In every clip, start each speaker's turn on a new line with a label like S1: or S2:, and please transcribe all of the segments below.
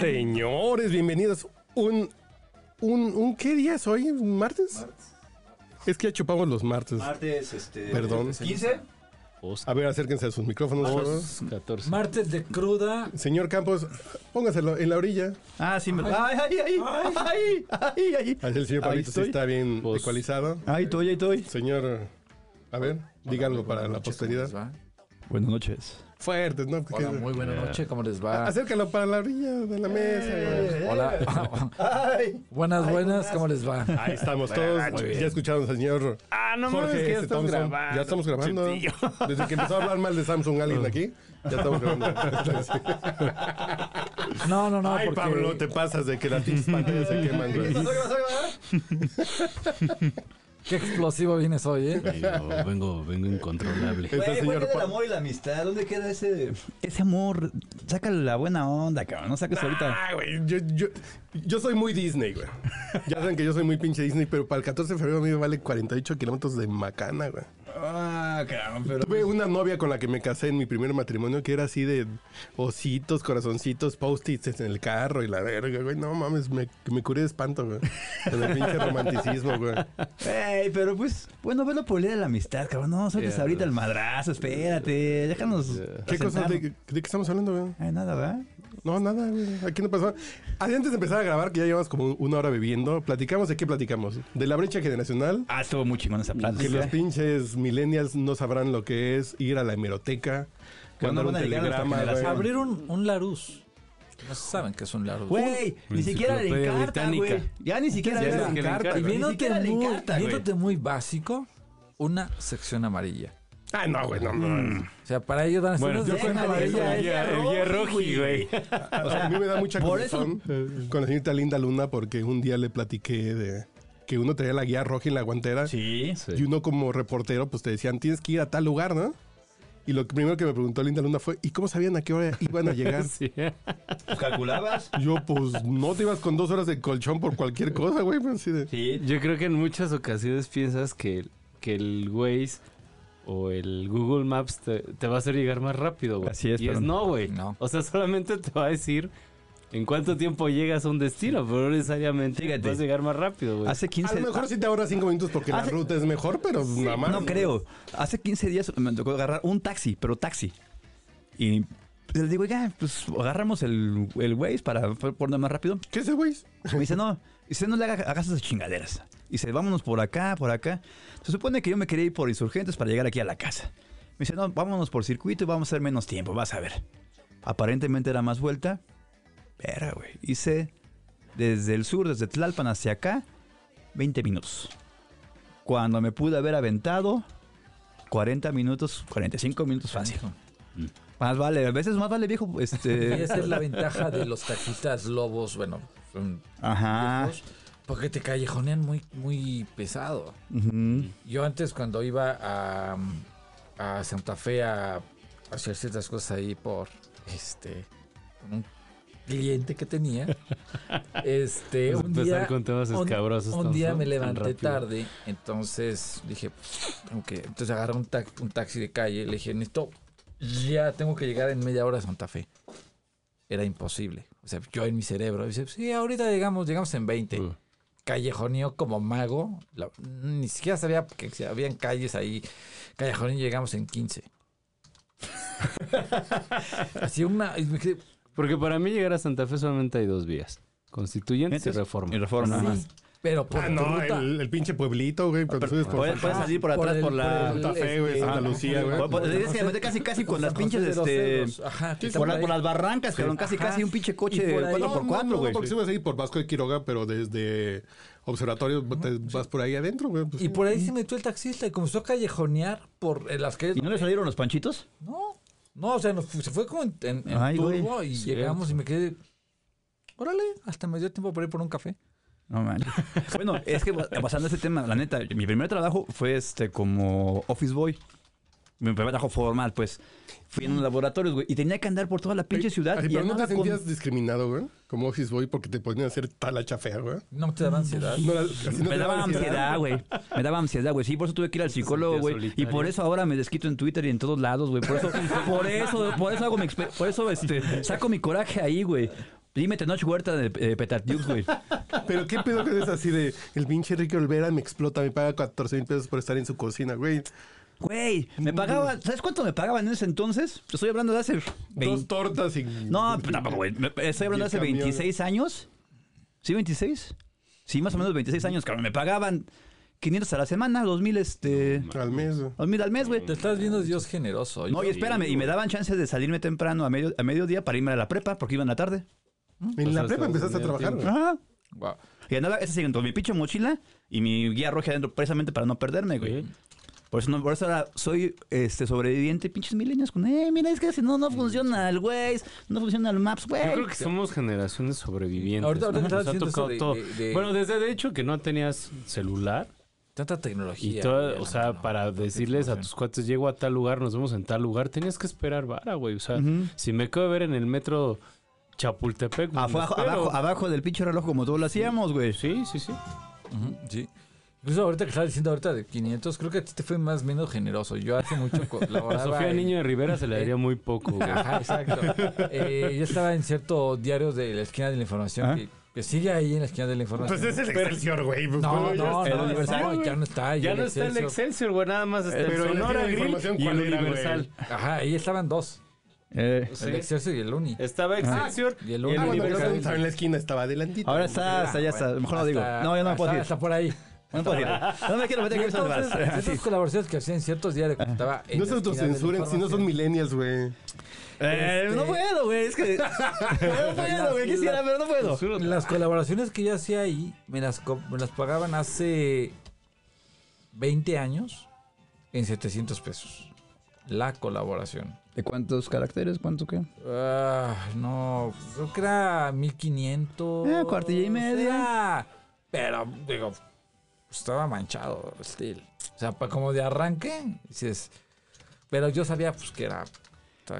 S1: Señores, bienvenidos. Un, un, un, ¿qué día es hoy? ¿Un ¿Martes? Es que ya chupamos los martes.
S2: Martes, este.
S1: Perdón.
S2: 15.
S1: A ver, acérquense a sus micrófonos. por favor.
S3: 14.
S4: Martes de cruda.
S1: Señor Campos, póngaselo en la orilla.
S2: Ah, sí, me. Ay, ay, ay. Ay, ay, ay.
S1: Ahí El señor
S2: Ahí
S1: Pablito sí
S2: estoy. ah.
S1: está bien
S3: Pues-
S1: ecualizado.
S2: Ahí estoy, ahí estoy.
S1: Señor, a ver, diga algo para la posteridad.
S3: Buenas noches.
S1: Fuertes, ¿no? Que-
S5: Hola, muy buena noche, ¿cómo les
S1: Ah,
S5: va?
S1: Acércalo para la orilla de la
S2: Eh.
S1: mesa.
S5: Hola.
S2: Ay.
S5: buenas, buenas, ¿cómo les va?
S1: Ahí estamos todos. Ya escucharon al señor
S6: Ah, no
S1: Jorge.
S6: mames, que ya
S1: este
S6: estamos
S1: Thompson.
S6: grabando.
S1: Ya estamos grabando. Ah.
S6: Chetillo.
S1: Desde que empezó a hablar mal de Samsung alguien aquí, ya estamos grabando.
S5: No, no, no,
S1: Ay,
S5: porque
S1: Pablo, te pasas de que las pinches pantallas se queman, güey.
S5: qué explosivo vienes hoy, ¿eh?
S3: Vengo, vengo, vengo incontrolable.
S1: Está el señor
S2: el
S1: Pa-
S2: amor y la amistad. ¿Dónde queda ese.?
S6: Ese amor, sácale la buena onda, cabrón. No saques ahorita.
S1: Ah, güey, yo, yo, yo soy muy Disney, güey. Ya saben que yo soy muy pinche Disney, pero para el 14 de febrero a mí me vale 48 kilómetros de macana, güey.
S2: Ah, caramba, pero.
S1: Tuve una novia con la que me casé en mi primer matrimonio que era así de ositos, corazoncitos, post-its en el carro y la verga, güey. No mames, me, me curé de espanto, güey. Con el pinche romanticismo, güey.
S6: Ey, pero pues, bueno, verlo por el día de la amistad, cabrón. No saques
S3: Yeah.
S6: ahorita el madrazo, espérate. Déjanos.
S1: ¿Qué cosas de,
S6: sentarnos.
S1: de qué estamos hablando, güey?
S6: Ay, nada, ¿verdad?
S1: No, nada, güey. Aquí no pasó. Así Antes de empezar a grabar, que ya llevamos como una hora bebiendo, platicamos de qué platicamos. De la brecha generacional.
S6: Ah, estuvo muy chingón esa plática.
S1: Que los pinches millennials no sabrán lo que es ir a la hemeroteca,
S6: Cuando
S1: mandar un
S6: van a llegar a nuestra
S1: telegrama, güey.
S6: generación.
S5: Abrir un, un Larus. No saben que es un Larus.
S6: Güey, ni siquiera le
S3: Enciclopedia
S6: encarta,
S3: británica.
S6: güey. Ya ni siquiera le
S3: Ya ni
S6: encarta.
S3: siquiera le encarta,
S5: y
S6: güey. Ni
S5: viéndote
S6: siquiera le
S5: muy,
S6: encarta, güey.
S5: viéndote muy básico, una sección amarilla.
S1: Ah, no, güey, no, no.
S5: O sea, para ellos van a ser
S3: Bueno,
S5: unos
S3: yo
S5: de-
S3: soy
S5: amarilla,
S3: el
S5: ¿eh?
S3: guía, el guía roji, güey.
S1: O sea, a mí me da mucha
S6: Por eso-
S1: comezón con la señorita Linda Luna porque un día le platiqué de que uno traía la guía roja en la guantera
S6: Sí.
S1: y uno como reportero pues te decían tienes que ir a tal lugar, ¿no? Y lo primero que me preguntó Linda Luna fue ¿y cómo sabían a qué hora iban a llegar?
S3: Sí.
S2: ¿Calculabas?
S1: Yo pues no te ibas con dos horas de colchón por cualquier cosa, güey, pues, así de...
S2: Sí.
S3: Yo creo que en muchas ocasiones piensas que, que el Waze o el Google Maps te, te va a hacer llegar más rápido, güey.
S6: Así es,
S3: Y es
S6: pero-
S3: no, güey.
S5: No.
S3: O sea, solamente te va a decir en cuánto tiempo llegas a un destino, pero no necesariamente
S6: Fíjate.
S3: vas a llegar más rápido, güey.
S6: Hace
S1: A
S6: 15
S1: lo mejor sí te ahorras cinco minutos porque la
S6: ah, Hace-
S1: ruta es mejor, pero nada más.
S6: No creo. Hace 15 días me tocó agarrar un taxi, pero taxi. Y les digo, oiga, pues agarramos el, el Waze para poner más rápido.
S1: ¿Qué es ese güey?
S6: Me dice, no, dice, no le haga, hagas esas chingaderas. Dice, vámonos por acá, por acá. Se supone que yo me quería ir por insurgentes para llegar aquí a la casa. Me dice, no, vámonos por circuito y vamos a hacer menos tiempo, vas a ver. Aparentemente era más vuelta. Verga, güey. Hice desde el sur, desde Tlalpan hacia acá, 20 minutos. Cuando me pude haber aventado, 40 minutos, 45 minutos fácil. Más vale, a veces más vale viejo,
S5: Y
S6: este...
S5: esa es la ventaja de los taxistas lobos, bueno, son
S6: Ajá.
S5: viejos, porque te callejonean muy, muy pesado.
S6: Ujú.
S5: Yo antes cuando iba a, a Santa Fe a, hacer ciertas cosas ahí por este con un cliente que tenía. Este
S3: Vamos a
S5: un
S3: Pues empezar
S5: día,
S3: con temas
S5: un-
S3: escabrosos,
S5: Un,
S3: Tom,
S5: día
S3: ¿no?
S5: me
S3: Tan
S5: levanté
S3: rápido.
S5: tarde, entonces dije, pues, tengo que- entonces agarré un, ta- un taxi de calle, le dije, "Necesito ya tengo que llegar en media hora a Santa Fe." Era imposible. O sea, yo en mi cerebro dice, "Sí, ahorita llegamos, llegamos en 20."
S3: Uh.
S5: callejoneo como mago. La- ni siquiera sabía que si habían calles ahí. Callejoneo y llegamos en 15. Así una. y me quedé,
S3: Porque para mí llegar a Santa Fe solamente hay dos vías. Constituyentes y
S6: Entonces,
S3: reforma.
S6: Y reforma. nada más.
S5: sí, pero por
S1: Ah,
S5: tu
S1: no,
S5: ruta.
S1: el, el pinche pueblito, güey. cuando subes por
S6: Puedes, puedes
S1: Santa-
S6: salir por
S5: Por
S6: atrás
S5: el-
S6: por la.
S5: por
S1: Santa Fe, güey,
S5: este,
S1: Santa
S5: ah,
S1: Lucía, güey.
S6: Por- por- tienes que meter casi casi con las pinches
S5: José de los
S6: este.
S5: Cerros, ajá, que está
S6: Por,
S5: por
S6: la-
S5: ahí.
S6: por las barrancas, cabrón. Casi
S5: Ajá.
S6: casi un pinche coche
S5: Y por ahí-
S1: No,
S6: 4x4,
S1: no, no,
S6: güey.
S1: porque si vas a ir por Vasco de Quiroga, pero desde Observatorio te vas por ahí adentro, güey. pues.
S5: Y por ahí se metió el taxista y comenzó a callejonear por eh, las calles.
S6: ¿Y no le salieron los panchitos?
S5: No. No, o sea, nos fu- se fue como en, en- en
S6: Ay, güey.
S5: turbo y llegamos y me quedé. Órale, hasta me dio tiempo para ir por un café.
S6: No manches. Bueno, es que pasando a ese tema, la neta, mi primer trabajo fue este como office boy. Mi primer trabajo formal, pues. Fui en unos laboratorios, güey. Y tenía que andar por toda la pinche ciudad.
S1: Ay,
S6: y
S1: pero no te
S6: andaba con-
S1: sentías discriminado, güey, como Office Boy porque te ponían a hacer talacha fea, güey.
S5: No te
S6: Mm,
S5: daba ansiedad.
S1: No, la- así no te
S6: me daba
S1: daba
S6: ansiedad, güey. Me daba ansiedad, güey. Sí, por eso tuve que ir al psicólogo,
S3: sentías
S6: güey. Y
S3: solitario.
S6: por
S1: ¿eh?
S6: eso ahora me desquito en Twitter y en todos lados, güey. Por eso, por eso, por eso hago mi exper- por eso este, saco mi coraje ahí, güey. Dime Tenoch Huerta de eh, Petatiux, güey.
S1: Pero qué pedo que es así de el pinche Ricky Olvera me explota, me paga 14 mil pesos por estar en su cocina, güey.
S6: Güey, me pagaba, ¿sabes cuánto me pagaban en ese entonces? Te estoy hablando de hace
S1: Dos
S6: 20,
S1: tortas y.
S6: No, pero tampoco, güey. Me- Estoy hablando de hace
S1: Y el camión.
S6: 26 años. ¿Sí, 26? Sí, más o menos 26 años, cabrón. Me pagaban 500 a la semana, 2000, este,
S1: Al mes, güey.
S6: 2000 al mes, güey.
S5: Te estás viendo Dios generoso.
S6: No, y espérame, y me daban chance de salirme temprano a, medio, a mediodía para irme a la prepa porque iba en la tarde.
S1: En la
S3: sea,
S1: prepa
S3: estás
S1: empezaste a
S3: teniendo
S1: trabajar, güey.
S6: Ajá.
S5: Guau.
S6: Y andaba, ese sí, con mi pinche mochila y mi guía roja adentro precisamente para no perderme, güey. Por eso, no, por eso ahora soy este, sobreviviente, pinches milenios con, eh, mira, es que si no, no funciona el Waze, no funciona el Maps, güey.
S3: Yo creo que somos generaciones sobrevivientes.
S5: Ahorita- ahorita
S3: ¿no?
S5: que estabas
S3: Nos ha
S5: diciendo
S3: tocado
S5: eso
S3: todo.
S5: de- de- de-
S3: Bueno, desde de hecho que no tenías celular
S5: Tanta
S3: y
S5: tecnología. güey, a
S3: todo,
S5: la
S3: o sea,
S5: mano.
S3: para
S5: Tanta
S3: decirles a tus cuates, llego a tal lugar, nos vemos en tal lugar, tenías que esperar vara, güey. O sea, si me quedo de ver en el metro Chapultepec, güey,
S6: Afu-
S3: me espero.
S6: abajo, abajo del pinche reloj como todos lo hacíamos, güey.
S3: Sí, sí, sí.
S5: Ah, Ujú, sí. Incluso ahorita que estabas diciendo ahorita de 500, creo que a ti te fue más menos generoso. Yo hace mucho co-
S3: A
S5: laboraba
S3: Sofía
S5: en-
S3: Niño de Rivera se le
S5: eh,
S3: daría muy poco, güey.
S5: Ajá, exacto. Eh, yo estaba en cierto diario de la esquina de la información
S6: Ah.
S5: que, que sigue ahí en la esquina de la información.
S1: Pues es el Excelsior, güey. Pues,
S5: no,
S1: ¿cómo ya
S5: no,
S1: está?
S5: no,
S3: Universal,
S5: no,
S3: güey.
S5: ya no está.
S3: Ya no está el
S5: Excelsior.
S3: Excelsior, güey, nada más está el
S1: Pero en la tienda
S3: Sonora
S1: de
S3: Grill
S1: información,
S3: y
S1: ¿cuál
S3: el
S1: era, güey?
S3: Universal.
S5: Ajá, ahí estaban dos.
S6: Eh,
S3: Sí.
S5: El Excelsior y el Uni.
S3: Estaba Excelsior
S5: Y el
S3: y el
S1: Ah, bueno,
S3: Universal.
S1: pero estaba en la esquina, estaba adelantito.
S6: ahora está, está, ya está. Mejor no digo. No, ya no me puedo
S5: Hasta-
S6: ir.
S5: Hasta por ahí.
S6: No me puedo ir. No me quiero meter
S5: Y
S6: con esas
S5: entonces,
S6: balas.
S5: esas colaboraciones que hacían ciertos diarios que estaba en
S1: No
S5: la
S1: se
S5: esquina de la
S1: autocensuren si no son
S5: información.
S1: millennials, güey.
S6: Eh,
S5: este-
S6: No puedo, güey. Es que. No puedo, güey. Quisiera, pero no puedo.
S5: Las colaboraciones que yo hacía ahí me las, co- me las pagaban hace 20 años en 700 pesos. La colaboración.
S6: ¿De cuántos caracteres? ¿Cuánto qué?
S5: Ah, no, creo que era 1500.
S6: Eh, cuartilla y media.
S5: o sea, pero, digo, estaba manchado, still. O sea, pa- como de arranque, dices. Pero yo sabía, pues, que era.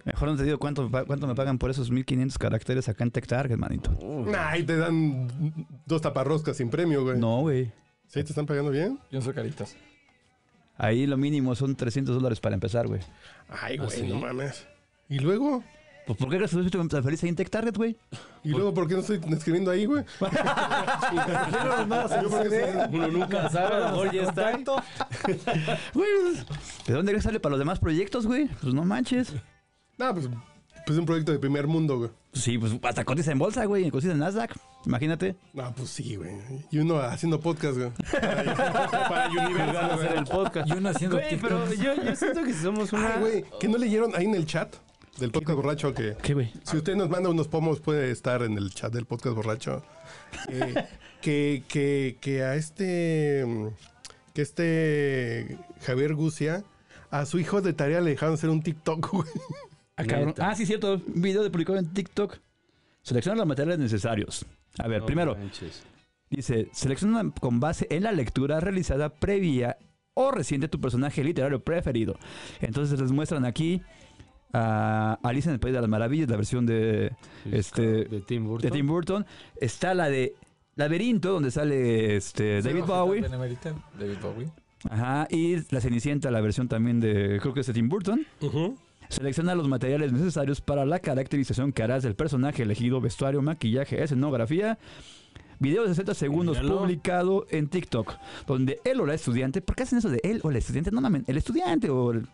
S6: Mejor no te digo cuánto, me pa- cuánto me pagan por esos 1500 caracteres acá en Tech Target, manito.
S1: Nah, y te dan dos taparroscas sin premio, güey.
S6: No, güey.
S1: ¿Sí? ¿Te están pagando bien?
S5: Yo no soy caritas.
S6: Ahí lo mínimo son 300 dólares para empezar, güey.
S1: Ay, güey, no mames. ¿Y luego?
S6: Pues, ¿por qué crees que estoy tan feliz ahí en Tech Target, güey?
S1: ¿Y luego por qué no estoy escribiendo ahí, güey? Yo creo que sí.
S3: Uno nunca sabe, a lo mejor ya está.
S6: Güey, pues, ¿De dónde crees que sale para los demás proyectos, güey? Pues no manches.
S1: No, pues, pues un proyecto de primer mundo, güey.
S6: Sí, pues hasta cotiza en bolsa, güey. Cotiza en Nasdaq. Imagínate.
S1: No, pues sí, güey. Y uno haciendo podcast, güey. Para Universal, güey.
S3: el podcast.
S5: Y uno haciendo
S3: Güey,
S5: TikTok.
S3: pero yo, yo siento que somos una...
S1: Ay, güey, ¿que no leyeron ahí en el chat del podcast borracho que...
S6: ¿Qué, güey?
S1: Si usted nos manda unos pomos, puede estar en el chat del podcast borracho. Eh, que, que, que a este. mm, Que este. Javier Gucia. A su hijo de tarea le dejaron hacer un TikTok, güey.
S6: Ah, cabrón. Ah, sí, cierto. Un video de publicado en TikTok. Selecciona los materiales necesarios. A ver,
S3: No
S6: primero,
S3: manches.
S6: dice, selecciona con base en la lectura realizada previa o reciente tu personaje literario preferido. Entonces les muestran aquí a Alicia en el País de las Maravillas, la versión de, este,
S3: de Tim
S6: de
S3: Burton.
S6: Tim Burton. Está la de Laberinto, donde sale este, David Bowie.
S5: David Bowie.
S6: Ajá, y la Cenicienta, la versión también de, creo que es de Tim Burton. Selecciona los materiales necesarios para la caracterización que harás del personaje elegido, vestuario, maquillaje, escenografía. Video de 60 segundos
S3: Míralo.
S6: publicado en TikTok, donde él o la estudiante, ¿por qué hacen eso de él o la estudiante? No mames, el estudiante o el-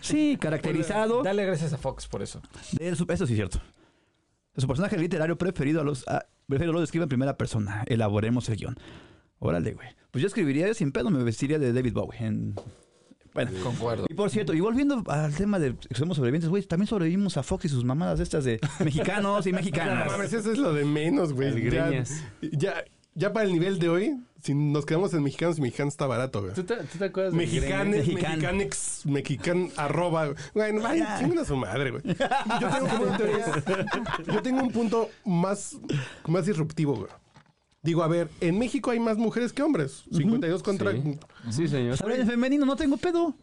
S6: Sí, caracterizado.
S5: Dale gracias a Fox por eso.
S6: de su- eso sí es cierto. Su personaje literario preferido a los... a- prefiero lo describe en primera persona. Elaboremos el guión. Órale, güey. Pues yo escribiría yo sin pedo, me vestiría de David Bowie. en- Bueno,
S5: Concuerdo.
S6: y por cierto, y volviendo al tema de que somos sobrevivientes, güey, también sobrevivimos a Fox y sus mamadas estas de mexicanos y
S1: No
S6: mexicanas.
S1: mames, eso es lo de menos,
S3: El
S1: güey. Ya,
S3: Greñas.
S1: ya, ya para el nivel de hoy, si nos quedamos en mexicanos, mexicano está barato, güey.
S3: ¿Tú te, tú te acuerdas del gremio?
S1: Mexicanes,
S6: Mexican.
S1: mexicanex, mexican, arroba. Bueno, vaya, chinguen a su madre, güey. Yo tengo como una teoría. Yo tengo un punto más, más disruptivo, güey. Digo, a ver, en México hay más mujeres que hombres. 52 contra.
S3: Sí. Sí, señor.
S6: Sabré en femenino, no tengo pedo.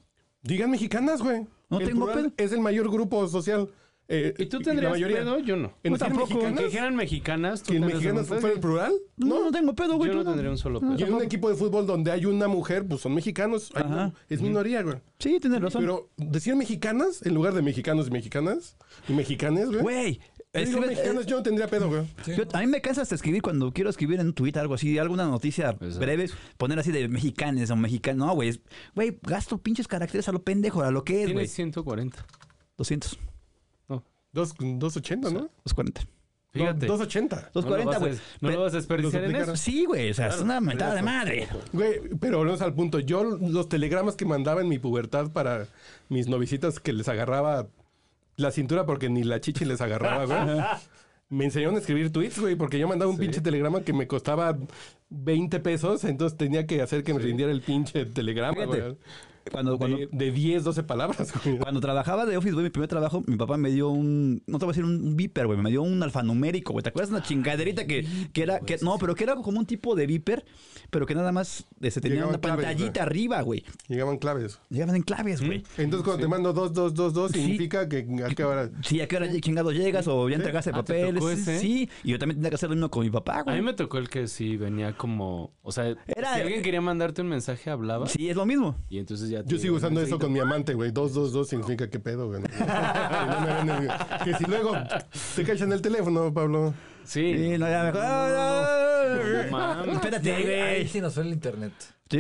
S1: Digan mexicanas, güey.
S6: No
S1: El
S6: tengo
S1: plural
S6: pedo.
S1: Es el mayor grupo social. Eh,
S3: ¿Y tú tendrías pedo? Yo no.
S1: ¿En
S3: Yo
S1: tampoco.
S3: Aunque dijeran mexicanas, tú
S1: Si en
S3: tendrías
S1: mexicanas
S3: algún
S1: fuera el
S3: pedo.
S1: plural,
S6: No, no tengo pedo, güey.
S3: Yo
S6: tú
S3: no tendría un solo pedo.
S1: Y en un equipo de fútbol donde hay una mujer, pues son mexicanos. Hay
S6: Ajá.
S1: un- es minoría, güey.
S6: Sí, tienes razón.
S1: Pero decir mexicanas en lugar de mexicanos y mexicanas y mexicanes, güey.
S6: Güey,
S1: Yo digo
S6: escribe- eh,
S1: mexicanos, yo no tendría pedo, güey.
S6: Yo- a mí me cansa hasta escribir cuando quiero escribir en un tweet algo así, alguna noticia
S3: Exacto.
S6: breve, poner así de mexicanes o mexicano. No, güey. es- Güey, gasto pinches caracteres a lo pendejo, a lo que es, güey.
S3: Tienes 140.
S6: 200,
S1: Dos- 280, ¿no?
S6: 240.
S3: Fíjate.
S1: No, 280.
S3: No lo
S6: 240,
S3: vas a-
S6: güey.
S3: No
S6: Pe-
S3: lo vas a desperdiciar en eso.
S6: Sí, güey, o sea, es una mentada de madre.
S1: Güey, pero volvemos al punto. Yo los telegramas que mandaba en mi pubertad para mis novicitas que les agarraba la cintura porque ni la chichi les agarraba, güey. Me enseñaron a escribir tweets, güey, porque yo mandaba un pinche telegrama que me costaba 20 pesos, entonces tenía que hacer que me rindiera el pinche telegrama,
S6: Fíjate,
S1: güey.
S6: Cuando, cuando,
S1: De, de 10, 12 palabras, güey.
S6: cuando trabajaba de Office, güey, mi primer trabajo, mi papá me dio un. No te voy a decir un, un viper, güey, me dio un alfanumérico, güey. ¿Te acuerdas de una chingaderita que, que era.
S3: pues,
S6: Que, no, pero que era como un tipo de viper, pero que nada más este, tenía
S1: Llegaba
S6: una
S1: clave,
S6: pantallita arriba, güey.
S1: Llegaban claves.
S6: Llegaban en claves,
S3: ¿Mm?
S6: güey.
S1: Entonces, cuando te mando 2, 2, 2, 2,
S6: Sí.
S1: significa que a qué hora.
S6: Sí, a qué hora chingado llegas o ya entregaste
S3: Ah, ¿te
S6: papeles.
S3: tocó
S6: sí,
S3: ese?
S6: Sí, y yo también tenía que hacer lo mismo con mi papá,
S3: A mí
S6: güey.
S3: me tocó el que sí venía como. O sea,
S6: Era-
S3: si alguien quería mandarte un mensaje, hablaba.
S6: Sí, es lo mismo.
S3: Y entonces ya. te
S1: Yo sigo
S3: llegó el
S1: usando eso
S3: mensajito.
S1: con mi amante, güey. 222 significa qué pedo, güey. Que no me ven el- que si luego te cachan el teléfono, Pablo.
S3: Sí.
S6: Sí, no, ya mejor.
S3: No mames.
S6: Espérate,
S5: Ahí
S6: güey.
S5: sí nos fue el internet.
S6: Sí.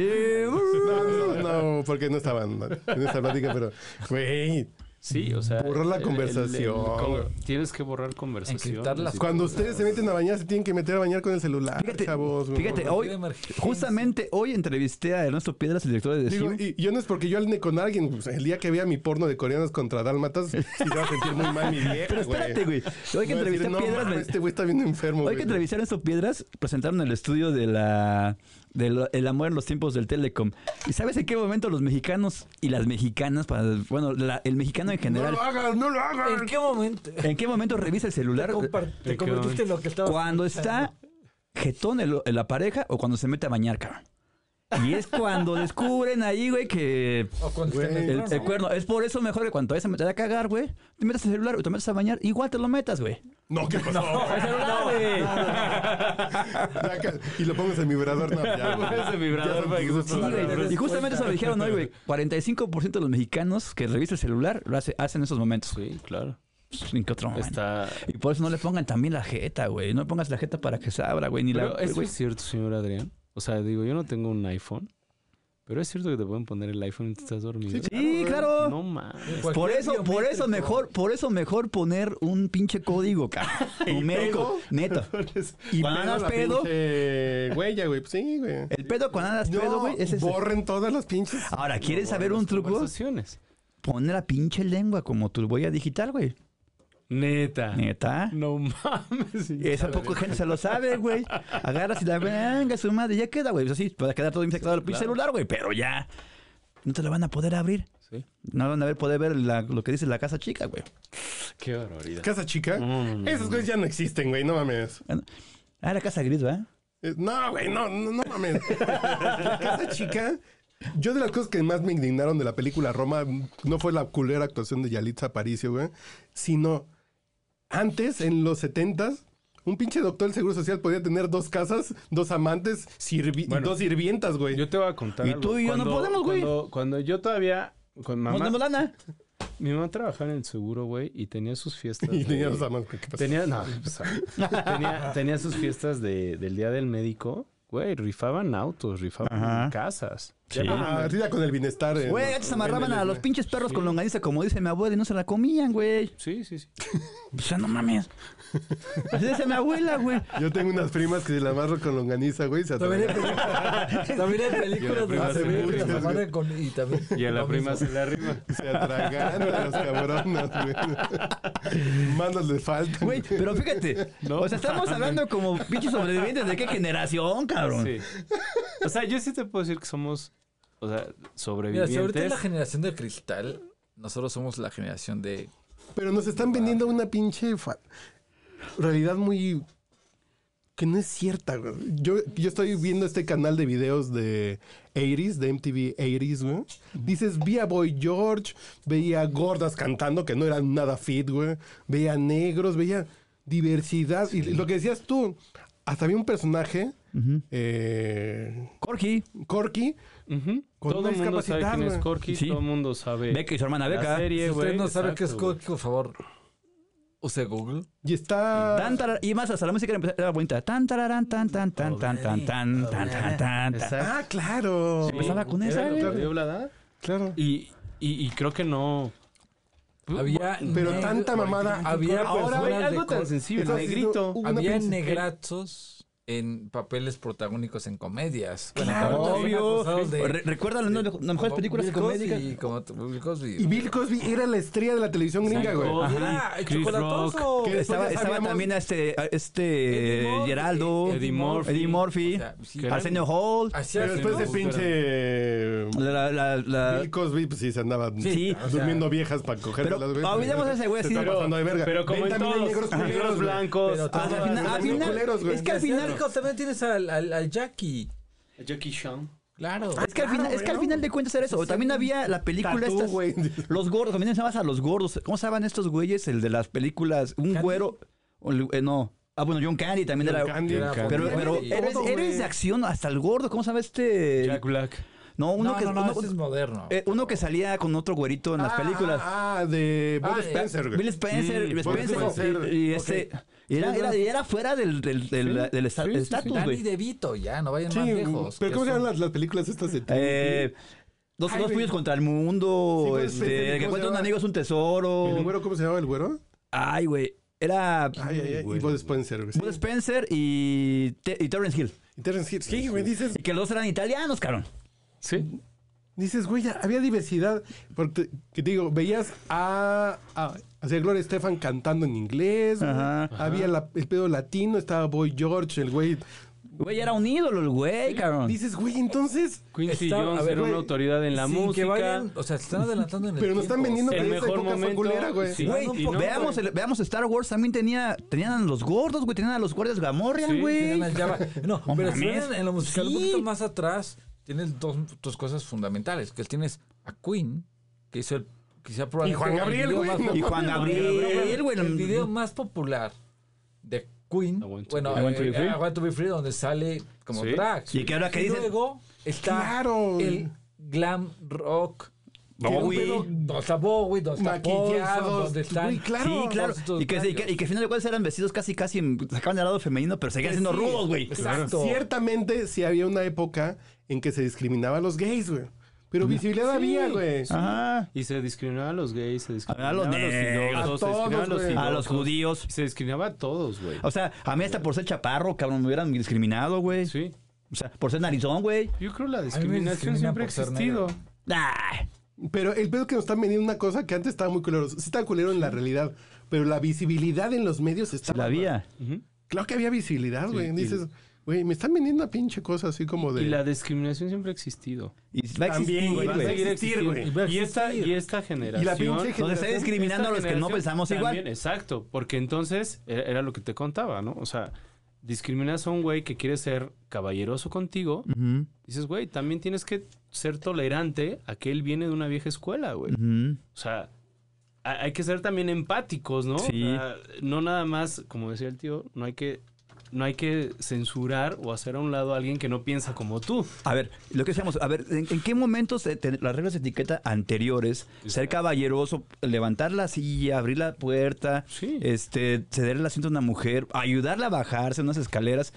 S6: uh.
S1: No, no, no, porque no estaban en esta plática, pero, güey,
S3: Sí, o sea.
S1: Borrar la
S3: el- el-
S1: conversación.
S3: con- tienes que borrar conversación.
S5: Encriptar las
S1: cuando ustedes se meten a bañar, se tienen que meter a bañar con el celular,
S6: Fíjate,
S1: chavos. güey.
S6: fíjate,
S5: favor.
S6: hoy,
S5: Qué emergencia.
S6: justamente hoy entrevisté a Ernesto Piedras, el director de
S1: Digo,
S6: Siu.
S1: y yo no es porque yo ande con alguien. pues, el día que vea mi porno de coreanos contra dálmatas, sí se va a sentir muy mal mi vieja,
S6: Pero espérate, güey. Hoy que
S1: Va a decir,
S6: entrevisté a
S1: "No,
S6: Piedras,
S1: mames,
S6: me-
S1: Este güey está bien enfermo,
S6: hoy
S1: güey.
S6: que entrevisté a Ernesto Piedras, presentaron el estudio de la del el amor en los tiempos del Telecom. ¿Y sabes en qué momento los mexicanos y las mexicanas, para, bueno, la- el mexicano en
S1: No
S6: general,
S1: lo hagas, no lo hagas.
S5: ¿En qué momento?
S6: en qué momento revisa el
S5: Te
S6: celular?
S5: compar- Te
S3: qué
S5: convertiste en lo que estaba.
S6: Cuando está jetón el- la pareja o cuando se mete a bañar, cabrón. Y es cuando descubren ahí, güey, que
S5: O cuando está en
S1: Güey,
S5: el
S6: El,
S5: trono.
S6: el cuerno. Es por eso mejor que cuando te vayas a meter a cagar, güey, te metas el celular o te metes a bañar, igual te lo metas, güey.
S1: No, ¿qué pasó?
S6: El celular, güey.
S1: Saca- y lo pongas en mi vibrador. No, ya, güey.
S3: Pones el vibrador
S1: Ya son
S3: para que
S1: tus
S3: se-
S6: Sí,
S1: gustos.
S6: güey.
S5: Después,
S6: Y justamente eso lo dijeron hoy, güey. 45% de los mexicanos que revisan el celular lo hace, hacen en esos momentos. güey. Pues,
S3: Sí, claro.
S6: ¿En qué otro momento?
S3: Está.
S6: Y por eso no le pongan también la jeta, güey. No le pongas la jeta para que se abra, güey. Ni
S3: Pero
S6: la.
S3: eso
S6: güey.
S3: es cierto, señor Adrián. O sea, digo, yo no tengo un iPhone. Pero es cierto que te pueden poner el iPhone y te estás dormido.
S6: Sí, claro.
S3: No mames.
S5: Cualquier
S6: Por eso, por
S5: biométrico.
S6: eso mejor, por eso mejor poner un pinche código, cabrón. Numérico, neto.
S1: Y
S6: Cuando
S1: pedo
S6: andas
S1: la
S6: pedo,
S1: pinche huella, güey. Pues sí, güey.
S6: el pedo cuando andas
S1: No,
S6: pedo, güey, es ese.
S1: borren todas las pinches.
S6: Ahora, ¿quieres saber un truco?
S3: Conversaciones.
S6: Pon la pinche lengua como tu huella digital, güey.
S3: Neta.
S6: Neta.
S3: No mames. sí.
S6: Esa poco gente se lo sabe, güey. Agarras y la venga, su madre, ya queda, güey. Eso sí, va a quedar todo infectado el pinche celular, güey, pero ya. No te lo van a poder abrir.
S3: Sí.
S6: No van a ver, poder ver la- lo que dice la casa chica, güey.
S3: Qué barbaridad.
S1: Casa chica.
S3: Mm.
S1: Esos güeyes ya no existen, güey. No mames.
S6: Ah, la casa gris, ¿verdad?
S1: Eh, No, güey. No, no, no mames. La casa chica. Yo de las cosas que más me indignaron de la película Roma no fue la culera actuación de Yalitza Aparicio, güey. Sino antes, en los 70s, un pinche doctor del Seguro Social podía tener dos casas, dos amantes, sirvi- y dos sirvientas, güey.
S3: Yo te voy a contar.
S6: Y
S3: algo.
S6: tú y yo no
S3: Cuando-
S6: podemos, güey.
S3: Cuando, cuando yo todavía. Con
S6: No
S3: mamá,
S6: tenemos lana.
S3: mi mamá trabajaba en el seguro, güey, y tenía sus fiestas.
S1: Y tenía
S3: de-
S1: dos amantes. ¿Qué pasó?
S3: Tenía, no, pues, tenía, tenía sus fiestas de, del Día del Médico. Güey, rifaban autos, rifaban casas. Sí.
S1: Ah, sí, ya con el bienestar. eh,
S6: Güey,
S1: no,
S6: antes
S1: no,
S6: amarraban
S1: no, no,
S6: a los
S1: no.
S6: pinches perros con longaniza, como dice mi abuela, y no se la comían, güey.
S3: Sí, sí, sí.
S6: O sea, no mames. Así decía mi abuela, güey.
S1: Yo tengo unas primas que se la amarro con longaniza, güey. y Se
S5: También hay
S1: atoran.
S5: películas, también hay películas
S3: Y a la
S5: donde se
S3: prima se
S5: ve que
S1: murió.
S5: las amarran con- y también-
S3: Y a la
S5: lo
S3: prima
S5: mismo.
S3: se le arriba.
S1: Se atragantan los cabrones, güey. Manos le faltan.
S6: Güey, pero fíjate.
S3: No
S6: o sea, estamos hablando como pinches sobrevivientes de qué generación, cabrón.
S3: Sí. O sea, yo sí te puedo decir que somos, o sea,
S5: Mira, si ahorita es
S3: sobrevivientes.
S5: la generación de cristal, nosotros somos la generación de.
S1: Pero nos están vendiendo una pinche fa- realidad muy que no es cierta, güey. Yo, yo estoy viendo este canal de videos de 80s, de MTV 80s, güey. Dices, vi a Boy George, veía gordas cantando que no eran nada fit, güey. Veía negros, veía diversidad. Y lo que decías tú, hasta había un personaje, eh,
S6: Corgi,
S1: Corky,
S3: Ujú.
S1: con
S3: Todo
S1: una
S3: el mundo sabe
S1: discapacidad,
S3: quién es
S1: güey.
S3: Corky,
S6: Sí.
S3: todo el mundo sabe.
S6: Beca y su hermana
S3: la
S6: Beca.
S3: serie,
S5: Si usted
S3: güey,
S5: no sabe qué es
S3: exacto, güey.
S5: Corky, por favor, use Google.
S1: y está...
S6: Tan, tarar- y más hasta la música era- era bonita. Tan tararán, tan tan tan tan tan tan tan tan tan. tan.
S3: Exacto.
S1: Ah, claro.
S3: Sí,
S6: Empezaba con
S3: era
S6: esa,
S3: lo
S6: güey.
S3: que dio Blada.
S1: Claro.
S3: Y, y, y creo que no.
S5: Había
S1: Pero
S5: negro-
S1: tanta mamada.
S5: Había
S1: Ahora,
S5: personas
S3: Güey,
S5: de
S3: algo tan
S5: Corky.
S3: sencillo, el
S1: Estás haciendo
S3: negrito.
S1: un- una
S5: Había
S1: princesa-
S5: negrazos en papeles protagónicos en comedias.
S1: Claro,
S5: Cuando también
S6: obvio.
S5: acusados de-
S6: Re- Recuerda las las mejores
S5: como
S6: películas
S5: Bill Cosby
S6: comédicas.
S5: y como t- Bill Cosby.
S1: Y Bill Cosby era la estrella de la televisión gringa, güey.
S3: Exacto.
S5: Cosby,
S3: Ajá,
S5: Ah, el
S3: Chris
S5: chocolatoso.
S1: Rock. Que-
S6: Estaba,
S1: Después ya
S6: estaba
S1: sabíamos-
S6: también a este, a este
S5: Eh, Eddie Murphy,
S6: Geraldo,
S3: Eddie Murphy.
S6: Eddie Murphy,
S5: O sea, sí,
S3: Que-
S6: Arsenio Hall,
S5: hacía
S1: Pero después de
S5: filmes.
S1: pinche.
S6: la, la, la-
S1: Bill Cosby, pues sí, se andaba
S6: Sí,
S1: o sea, durmiendo viejas para
S6: pero
S1: cogerlas,
S6: olvidemos a ese güey
S1: Se
S6: sí.
S1: está
S6: Pero,
S1: pasando de verga.
S3: Pero como
S1: Ven
S3: en
S1: también
S3: todos
S1: hay negros
S3: negros,
S1: culeros, güey.
S3: blancos.
S5: Pero
S1: Ah,
S5: todos
S6: al
S1: no,
S6: final,
S1: no,
S6: al
S1: no,
S6: final-
S1: culeros, güey.
S6: es que al
S5: Desde
S6: final,
S5: Rico también tienes al, al- al Jackie.
S3: Jackie Chan.
S5: Claro.
S6: Ah,
S1: Ah,
S6: es que al final, es que al final de cuentas era eso. También había la película
S1: Tatú,
S6: estas,
S1: güey.
S6: los gordos, también llamabas a los gordos. ¿Cómo se llamaban estos güeyes? El de las películas, un
S5: Candy.
S6: güero, o el- eh, no, ah bueno, John Candy también
S1: John
S6: era.
S1: Candy.
S5: Era
S1: Pero-
S6: Pero, pero
S5: Todo,
S6: eres, eres de acción hasta el gordo, ¿cómo sabes este?
S3: Jack Black.
S6: No, uno
S5: no,
S6: que
S5: no, no,
S6: uno-
S5: ese es moderno.
S6: eh, uno que salía con otro güerito en las
S1: Ah,
S6: películas.
S1: Ah, ah, de Bob
S5: Ah, eh,
S1: Spencer, güey.
S6: Bill Spencer,
S3: Mm,
S6: Spencer,
S1: puede ser.
S6: y, y este y era, era, y era fuera del, del, del, del esta-
S5: Sí, sí,
S6: estatus,
S5: sí.
S6: güey.
S5: Danny DeVito, ya, no vayan
S1: Sí,
S5: más lejos.
S1: pero
S5: Ya
S1: ¿cómo se
S5: son-
S1: llaman las, las películas estas de Tim?
S6: Eh, dos,
S1: Ay,
S6: dos
S1: güey.
S6: puños contra el mundo,
S1: Sí, pues,
S6: este,
S1: pensé,
S6: que
S1: ¿cómo se
S6: encuentra un
S1: llama?
S6: amigo es un
S1: ¿El
S6: tesoro.
S1: güero cómo se llamaba el güero?
S6: Ay, güey. Era
S1: Ay, ay, ay. Y Bob Spencer, güey.
S6: Bud Spencer y, Te- y Terrence Hill.
S1: Y Terrence Hill. Sí, güey, dices.
S6: Y que los dos eran italianos, cabrón.
S3: Sí.
S1: Dices, güey, ya había diversidad. Porque, que te digo, veías a, a, a Sir Gloria Estefan cantando en inglés. güey.
S6: Ajá.
S1: Había la- el pedo latino, estaba Boy George, el güey.
S6: Güey, era un ídolo el güey, cabrón.
S1: Dices, güey, entonces.
S3: Quincy
S5: Está- a
S3: Jones
S5: ver,
S3: era una
S1: güey,
S3: autoridad en la
S5: Sin que
S3: música.
S5: vayan, o sea, se están adelantando en el
S1: Pero nos están
S5: tiempo.
S1: vendiendo
S3: El
S1: que esa
S3: mejor
S1: época fue
S3: momento,
S1: culera, güey.
S3: sí.
S6: Güey,
S3: Y no,
S6: veamos, el- veamos Star Wars, también tenía, tenían a los gordos, güey, tenían a los guardias Gamorrean,
S3: Sí,
S6: güey.
S5: Tenían al Java. No,
S6: No
S5: pero si
S6: mames.
S5: ven en lo musical
S6: Sí.
S5: un poquito más atrás, tienes dos, dos cosas fundamentales. Que tienes a Queen, que hizo el... Quizá
S1: Y Juan Gabriel, güey.
S6: Y Juan Gabriel, güey.
S5: El video más popular de Queen.
S3: I want to
S5: Bueno,
S3: be-
S5: eh,
S6: I want to be free.
S5: I want to be free, donde sale como
S3: Sí.
S5: drag.
S6: Y que ahora que
S5: Y
S6: dicen-
S5: luego está
S1: Claro.
S5: el glam rock.
S6: Bowie.
S5: Que era un pedo- Donde está Bowie, donde está Paulson,
S1: Maquillados,
S5: donde están...
S1: güey, claro.
S6: Sí, claro.
S5: Estos
S6: Y que, y, que, y que al final de cuentas eran vestidos casi, casi, en- sacaban del lado femenino, pero seguían siendo
S5: Sí,
S6: rudos, güey.
S5: Exacto.
S1: Ciertamente sí había una época en que se discriminaba a los gays, güey. Pero visibilidad había, güey.
S6: Ah. Ajá.
S3: Y se discriminaba a los gays, se discriminaba
S6: A los negros,
S3: idosos,
S1: a
S3: se discriminaba
S1: todos, güey.
S6: A los
S3: idosos.
S6: judíos.
S3: Se discriminaba a todos, güey.
S6: O sea, a mí hasta por ser chaparro, cabrón, me hubieran discriminado, güey.
S3: Sí.
S6: O sea, por ser narizón, güey.
S3: Yo creo la discriminación
S5: discriminan
S3: siempre ha
S5: por ser
S3: existido.
S5: negro.
S6: Ah.
S1: Pero el pedo que nos están vendiendo una cosa que antes estaba muy culero. Sí estaba culero en la realidad. Pero la visibilidad en los medios estaba.
S6: La vía.
S3: Ujú.
S1: Claro que había visibilidad, güey.
S3: y-
S1: Dices, güey, me están vendiendo una pinche cosa así como de.
S3: Y la discriminación siempre ha existido.
S6: Y va a
S1: También,
S6: existir,
S1: güey,
S3: va a
S1: va a
S6: güey.
S3: seguir
S1: existir,
S3: existiendo.
S1: güey.
S3: Y, esta, y esta generación.
S1: pinche
S6: Nos está discriminando a
S3: esta
S6: los que no
S3: generación
S6: pensamos
S3: también,
S6: igual.
S3: Exacto, porque entonces era, era lo que te contaba, ¿no? O sea, discriminas a un güey que quiere ser caballeroso contigo.
S6: Ujú,
S3: Dices, güey, también tienes que ser tolerante a que él viene de una vieja escuela, güey.
S6: ujú.
S3: O sea, ha- hay que ser también empáticos, ¿no?
S6: Sí.
S3: O sea, no nada más, como decía el tío, no hay que no hay que censurar o hacer a un lado a alguien que no piensa como tú.
S6: A ver, lo que decíamos, a ver, ¿en, en qué momentos eh, te- las reglas de etiqueta anteriores, ser caballeroso, levantar la silla, abrir la puerta,
S3: Sí.
S6: este, ceder el asiento a una mujer, ayudarla a bajarse en unas escaleras,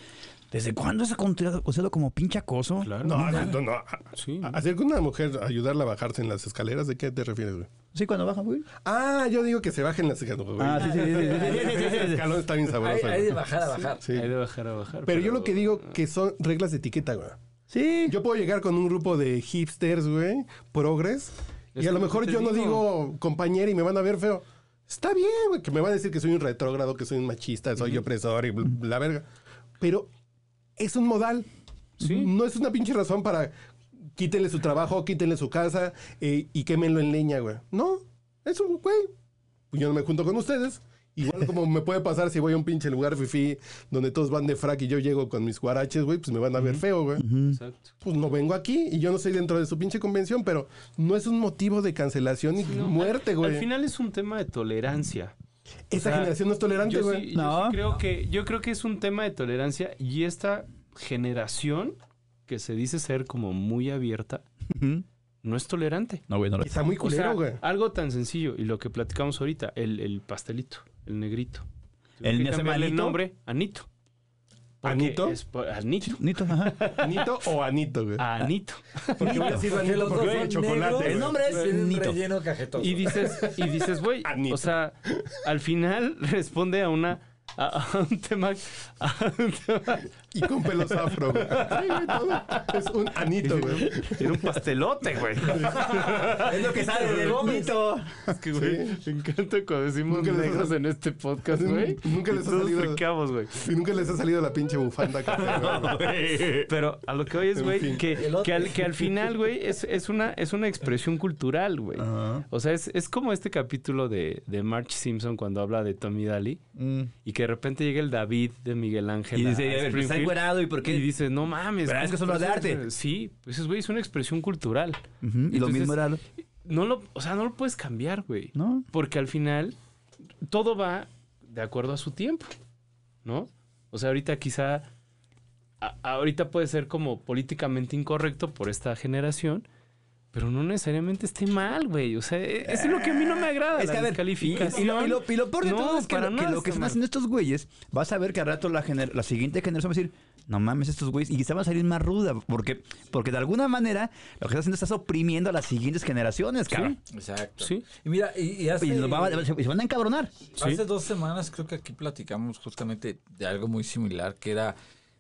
S6: ¿Desde cuándo es considerado considerado como pinche acoso?
S3: Claro.
S1: No, no, no. no.
S3: Sí.
S1: A- Hacer que una mujer ayudarla a bajarse en las escaleras, ¿de qué te refieres, güey?
S6: Sí, cuando bajan, güey.
S1: Ah, yo digo que se bajen las escaleras. güey.
S6: Ah, sí, sí, sí, sí, sí, sí, sí, sí,
S1: Ese
S6: sí, sí.
S1: escalón está bien
S5: Hay,
S1: sabroso.
S5: hay de
S1: güey.
S5: bajar a bajar.
S1: Sí.
S3: Hay de bajar a bajar.
S1: Pero yo lo que digo que son reglas de etiqueta, güey.
S6: Sí.
S1: Yo puedo llegar con un grupo de hipsters, güey, progres,
S3: Es
S1: y a lo
S3: que
S1: mejor
S3: te
S1: yo no
S3: digo.
S1: digo compañero y me van a ver feo. Está bien, güey, que me van a decir que soy un retrógrado, que soy un machista, soy opresor y bl- la verga. Pero es un modal.
S3: Sí.
S1: No es una pinche razón para quítenle su trabajo, quítenle su casa eh, y quémenlo en leña, güey. No, eso, güey. Pues yo no me junto con ustedes. Igual como me puede pasar si voy a un pinche lugar fifí donde todos van de frac y yo llego con mis guaraches, güey, pues me van a ver feo, güey
S3: Exacto.
S1: pues no vengo aquí y yo no soy dentro de su pinche convención, pero no es un motivo de cancelación ni muerte,
S3: Al
S1: güey.
S3: final es un tema de tolerancia.
S1: Esa
S3: o sea,
S1: generación no es tolerante,
S3: Yo sí,
S1: güey.
S3: yo sí
S6: No.
S3: creo que, yo creo que es un tema de tolerancia y esta generación que se dice ser como muy abierta
S6: Ujú.
S3: no es tolerante.
S6: No, güey, no lo
S1: Está muy
S3: O sea,
S1: culero, güey.
S3: algo tan sencillo y lo que platicamos ahorita, el, el pastelito, el negrito. Tuve
S6: ¿El
S3: que
S6: ne- se llama
S3: cambiarle el
S6: Anito?
S3: nombre, Anito. Porque
S1: ¿Anito?
S3: es por- Anito.
S6: Nito, ajá.
S1: ¿Anito o Anito, güey?
S3: A Anito.
S1: Porque voy a decir
S5: Porque
S1: Anito
S5: los
S1: porque
S5: dos
S1: es de
S5: son
S1: chocolate,
S5: negros.
S1: güey.
S5: El nombre es
S6: Güey.
S5: un
S6: Nito.
S5: relleno cajetoso.
S3: Y dices, y dices, güey,
S1: Anito.
S3: o sea, al final responde a una a, a un tema a un tema-
S1: Y con pelos afro, güey. Sí, güey, todo. Es un Anito, güey.
S3: Era un pastelote, güey.
S5: es lo que sale del vómito.
S3: Es que, güey, me encanta cuando decimos
S1: Nunca les-
S3: negros en este podcast, güey.
S1: Nunca les
S3: Y
S1: ha
S3: todos
S1: salido.
S3: fricamos, güey.
S1: Y nunca les ha salido la pinche bufanda café, güey.
S3: Pero a lo que hoy es,
S1: En
S3: güey,
S1: fin.
S3: que,
S5: Elote.
S3: que, al, que al final, güey, es, es, una, es una expresión cultural, güey. O sea, es, es como este capítulo de, de Marge Simpson cuando habla de Tommy Daly
S6: Mm,
S3: y que de repente llega el David de Miguel Ángel.
S6: Y
S3: a-
S6: dice,
S3: a
S6: a ver, pues está
S3: Springfield.
S6: encuerado y por qué.
S3: Y dice, no mames.
S6: Pero es que son los de
S3: pero
S6: arte.
S3: eso- Sí, pues es, güey, es una expresión cultural.
S6: Ujú, Y lo
S3: Entonces,
S6: mismo era. lo-
S3: No lo, o sea, no lo puedes cambiar, güey.
S6: No.
S3: Porque al final todo va de acuerdo a su tiempo, ¿no? O sea, ahorita quizá, a- ahorita puede ser como políticamente incorrecto por esta generación, pero no necesariamente esté mal, güey. O sea, e- eso es lo que a mí no me agrada.
S6: Es que a ver, y, y
S3: la
S6: lo,
S3: descalificación.
S6: y lo- y lo peor de
S3: No,
S6: todo es que
S3: para
S6: lo que,
S3: nada
S6: lo que
S3: está
S6: están
S3: mal.
S6: haciendo estos güeyes, vas a ver que al rato la, gener- la siguiente generación va a decir, no mames estos güeyes, y quizá va a salir más ruda, porque, porque de alguna manera lo que estás haciendo estás oprimiendo a las siguientes generaciones, cabrón.
S5: Exacto.
S3: Sí.
S5: Y mira, y, y hace,
S6: Y nos va- se, se van a encabronar.
S3: Sí.
S5: hace dos semanas creo que aquí platicamos justamente de algo muy similar, que era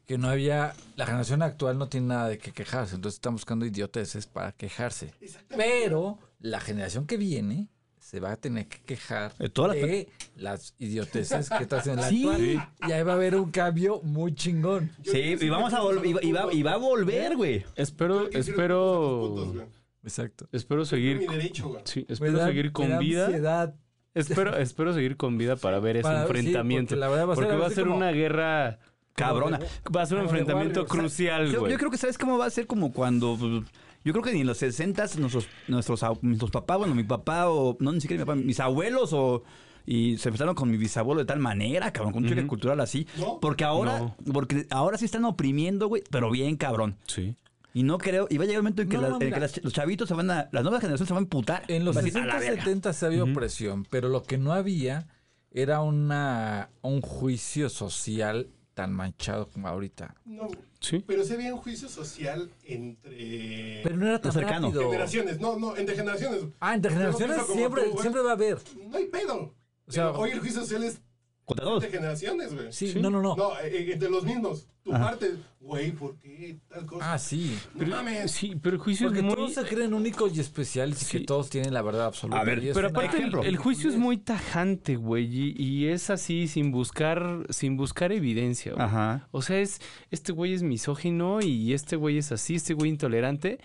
S5: que no había, la generación actual no tiene nada de qué quejarse, entonces están buscando idioteces para quejarse. Pero la generación que viene se va a tener que quejar
S6: De todas las-
S5: de las idioteces que está haciendo la
S6: Sí.
S5: actual. Y ahí va a haber un cambio muy chingón.
S6: Sí, y vamos a vol- y, va- y va, y va a volver, güey.
S3: Espero,
S1: Yo quiero cruzar los puntos,
S3: espero,
S1: güey.
S5: Exacto.
S3: espero seguir,
S1: Mi derecho, güey.
S3: sí,
S5: Me
S3: espero
S5: da-
S3: seguir
S5: me da
S3: con vida.
S5: ansiedad.
S3: Espero, espero seguir con vida para ver ese
S5: Para- sí, porque
S3: enfrentamiento.
S5: la verdad va a ser
S3: porque
S5: algo
S3: va a
S5: así
S3: ser
S5: como-
S3: una guerra
S6: Cabrona.
S3: Va a ser un
S5: Como de
S3: enfrentamiento
S5: Warriors.
S3: crucial,
S6: Yo,
S3: güey.
S6: yo creo que sabes cómo va a ser como cuando. pues, Yo creo que ni en los 60 nuestros, nuestros, au- nuestros papás, bueno, mi papá o. No, ni siquiera mi papá, mis abuelos o. Y se empezaron con mi bisabuelo de tal manera, cabrón, con un choque
S3: Ujú.
S6: cultural así. Porque ahora, porque ahora sí están oprimiendo, güey, pero bien cabrón.
S3: Sí.
S6: Y no creo, y va a llegar el momento en que,
S5: No,
S6: las-
S5: no,
S6: en que
S5: mira.
S6: las- los chavitos se van a, las nuevas generaciones se van a emputar.
S5: En los
S6: Va a decir, "A la
S5: 60,
S6: verga".
S5: 70 se había opresión, pero lo que no había era una, un juicio social tan manchado como ahorita.
S1: No,
S3: Sí.
S1: pero se había un juicio social entre
S5: Pero no era tan
S6: cercano.
S5: rápido.
S1: generaciones. No, no, entre generaciones.
S5: Ah, entre
S1: Yo no
S5: generaciones
S1: pienso como
S5: siempre,
S1: tú, güey.
S5: siempre va a haber.
S1: No hay pedo.
S5: O sea,
S1: Pero hoy el juicio social es
S6: Contra todos.
S1: de generaciones, güey.
S5: Sí, no, no, no.
S1: No, eh, eh, de los mismos. Tu
S6: Ajá.
S1: parte, güey, ¿por qué tal cosa?
S5: Ah, sí.
S1: no mames.
S3: Sí, pero el juicio
S5: Porque
S3: es muy...
S5: todos se creen únicos y especiales
S3: Sí.
S5: y que todos tienen la verdad absoluta.
S6: A ver,
S5: y es
S3: Pero
S5: una-
S3: aparte, el,
S6: ejemplo.
S3: el juicio es muy tajante, güey. Y, y es así, sin buscar, sin buscar evidencia, güey.
S6: Ajá.
S3: O sea, es, este güey es misógino y este güey es así, este güey intolerante.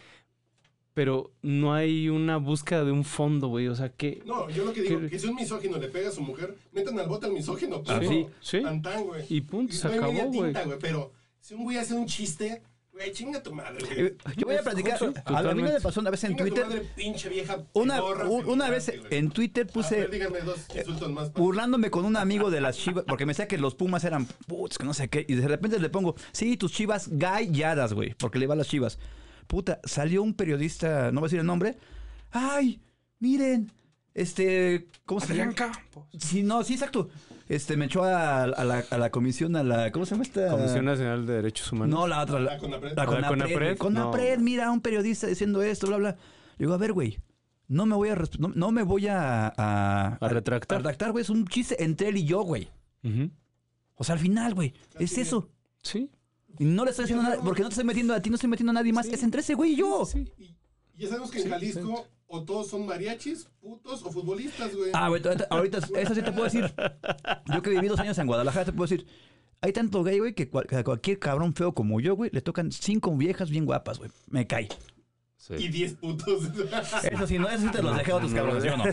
S3: Pero no hay una búsqueda de un fondo, güey. O sea, que...
S1: No, yo lo que digo,
S3: ¿Qué-
S1: que si un misógino le pega a su mujer, metan al bote al misógino.
S3: Ah,
S1: punto.
S3: sí, sí.
S1: Tantán, güey.
S3: Y punto, se
S1: no hay media
S3: acabó, güey.
S1: tinta, Pero si un güey hace un chiste, güey, chinga tu madre, güey.
S6: Eh, Yo voy a platicar. A, a mí me
S3: Totalmente.
S6: pasó una vez en
S1: Chinga tu
S6: Twitter.
S1: madre, pinche vieja.
S6: Una,
S1: pedorra,
S6: u- una vez
S1: ignorante, güey.
S6: en Twitter
S1: A ver,
S6: puse.
S1: díganme dos insultos más. pa-
S6: burlándome con un amigo de las chivas, porque me decía que los Pumas eran putz, que no sé qué, y de repente le pongo, sí, tus chivas galladas, güey, porque le va a las chivas. Puta, salió un periodista, no voy a decir el nombre, ay, miren, este, ¿cómo se llama? Sí, no, sí, exacto. Este, me echó a, a la, a la comisión, a la. ¿Cómo se llama esta?
S3: Comisión Nacional de Derechos Humanos.
S6: No, la otra. La,
S1: La Conapred.
S6: La
S3: La
S6: Conapred.
S3: Conapred,
S6: güey.
S3: no.
S6: Conapred, mira, un periodista diciendo esto, bla, bla. Le digo, a ver, güey, no me voy a... resp- No, no me voy a... A,
S3: A retractar.
S6: a retractar, güey. Es un chiste entre él y yo, güey.
S3: Ujú.
S6: O sea, al final, güey. Es eso.
S3: Sí.
S6: Y no le estoy haciendo nada, porque no te estoy metiendo a ti, no estoy metiendo a nadie más. Es entre ese güey y yo.
S3: Sí.
S1: Y, y ya sabemos que en Jalisco o todos son mariachis, putos o futbolistas, güey.
S6: Ah, güey, ahorita, ahorita eso sí te puedo decir. Yo que viví dos años en Guadalajara, te puedo decir. Hay tanto gay, güey, que, cual- que a cualquier cabrón feo como yo, güey, le tocan cinco viejas bien guapas, güey. Me cae.
S1: Y 10 putos.
S6: Eso sí, no, eso sí te los dejé a otros cabrones, yo no.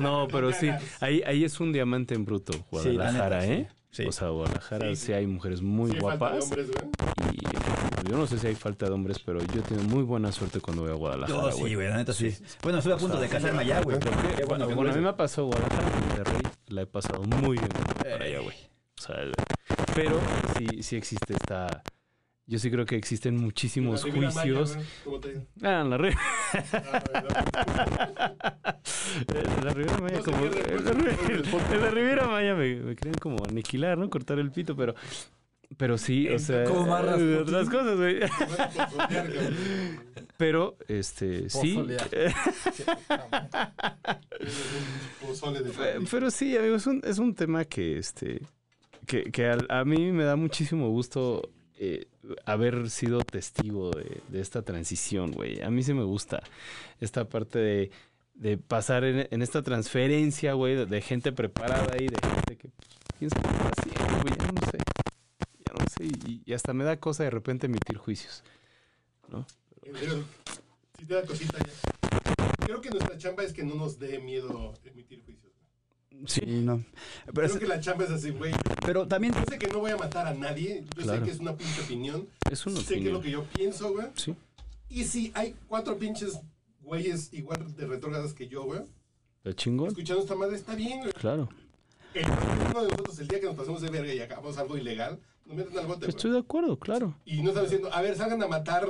S3: No, pero sí, ahí, ahí es un diamante en bruto, Guadalajara, ¿eh? O sea, Guadalajara sí,
S1: Sí, sí.
S3: hay mujeres muy
S1: Sí, falta de
S3: guapas.
S1: hombres, güey.
S3: Y yo no sé si hay falta de hombres, pero yo tengo muy buena suerte cuando voy a Guadalajara,
S1: Oh,
S6: Yo
S3: güey.
S6: sí, güey, la neta sí. Bueno, estuve a punto de casarme allá, güey. pero qué bueno que
S3: Bueno, a
S6: no
S3: mí
S6: hice.
S3: me ha pasado Guadalajara, Monterrey, la he pasado muy bien para allá, güey. O sea, pero sí, sí existe esta... Yo sí creo que existen muchísimos
S1: La Riviera Maya,
S3: juicios.
S1: güey, ¿cómo te-
S3: Ah, en la Riviera
S1: Ah, ¿verdad?
S3: en la Riviera Maya,
S1: No sé
S3: como...
S1: qué
S3: En la,
S1: respuesta
S3: Riviera-
S1: responder del
S3: en la Riviera Maya me, me creen como aniquilar, ¿no? Cortar el pito, pero... Pero sí, o sea...
S5: ¿Cómo va Rasputin?
S3: otras cosas, güey.
S1: Pozolear, cabrón.
S3: Pero, este, sí...
S5: Pozolear.
S1: Pozole de
S3: Pe-
S1: familia.
S3: Pero sí, amigo, es un, es un tema que, este, que, que al- a, mí me da muchísimo gusto eh, haber sido testigo de, de esta transición, güey. A mí sí me gusta esta parte de, de pasar en, en esta transferencia, güey, de, de gente preparada y de gente que pues, quién sabe qué está haciendo, güey, ya no sé. Ya no sé, y, y hasta me da cosa de repente emitir juicios.
S1: En serio, Sí te da cosita ya. Creo que nuestra chamba es que no nos dé miedo emitir juicios. güey.
S3: Sí.
S6: Y no. Pero,
S1: Creo que la chamba es así, güey.
S6: pero también,
S1: Yo sé que no voy a matar a nadie. Yo sé
S3: Claro.
S1: que es una pinche opinión.
S3: Es una
S1: Sé que es lo
S3: opinión.
S1: que yo pienso, güey.
S3: Sí.
S1: Y si hay cuatro pinches güeyes igual de retrógradas que yo, güey,
S3: ¿Lo chingón?
S1: escuchando esta madre está bien, güey.
S3: Claro.
S1: El- Uno de nosotros, el día que nos pasemos de verga y hagamos algo ilegal, nos meten al bote, güey.
S3: Estoy de acuerdo, claro.
S1: Y no están diciendo, a ver, salgan a matar.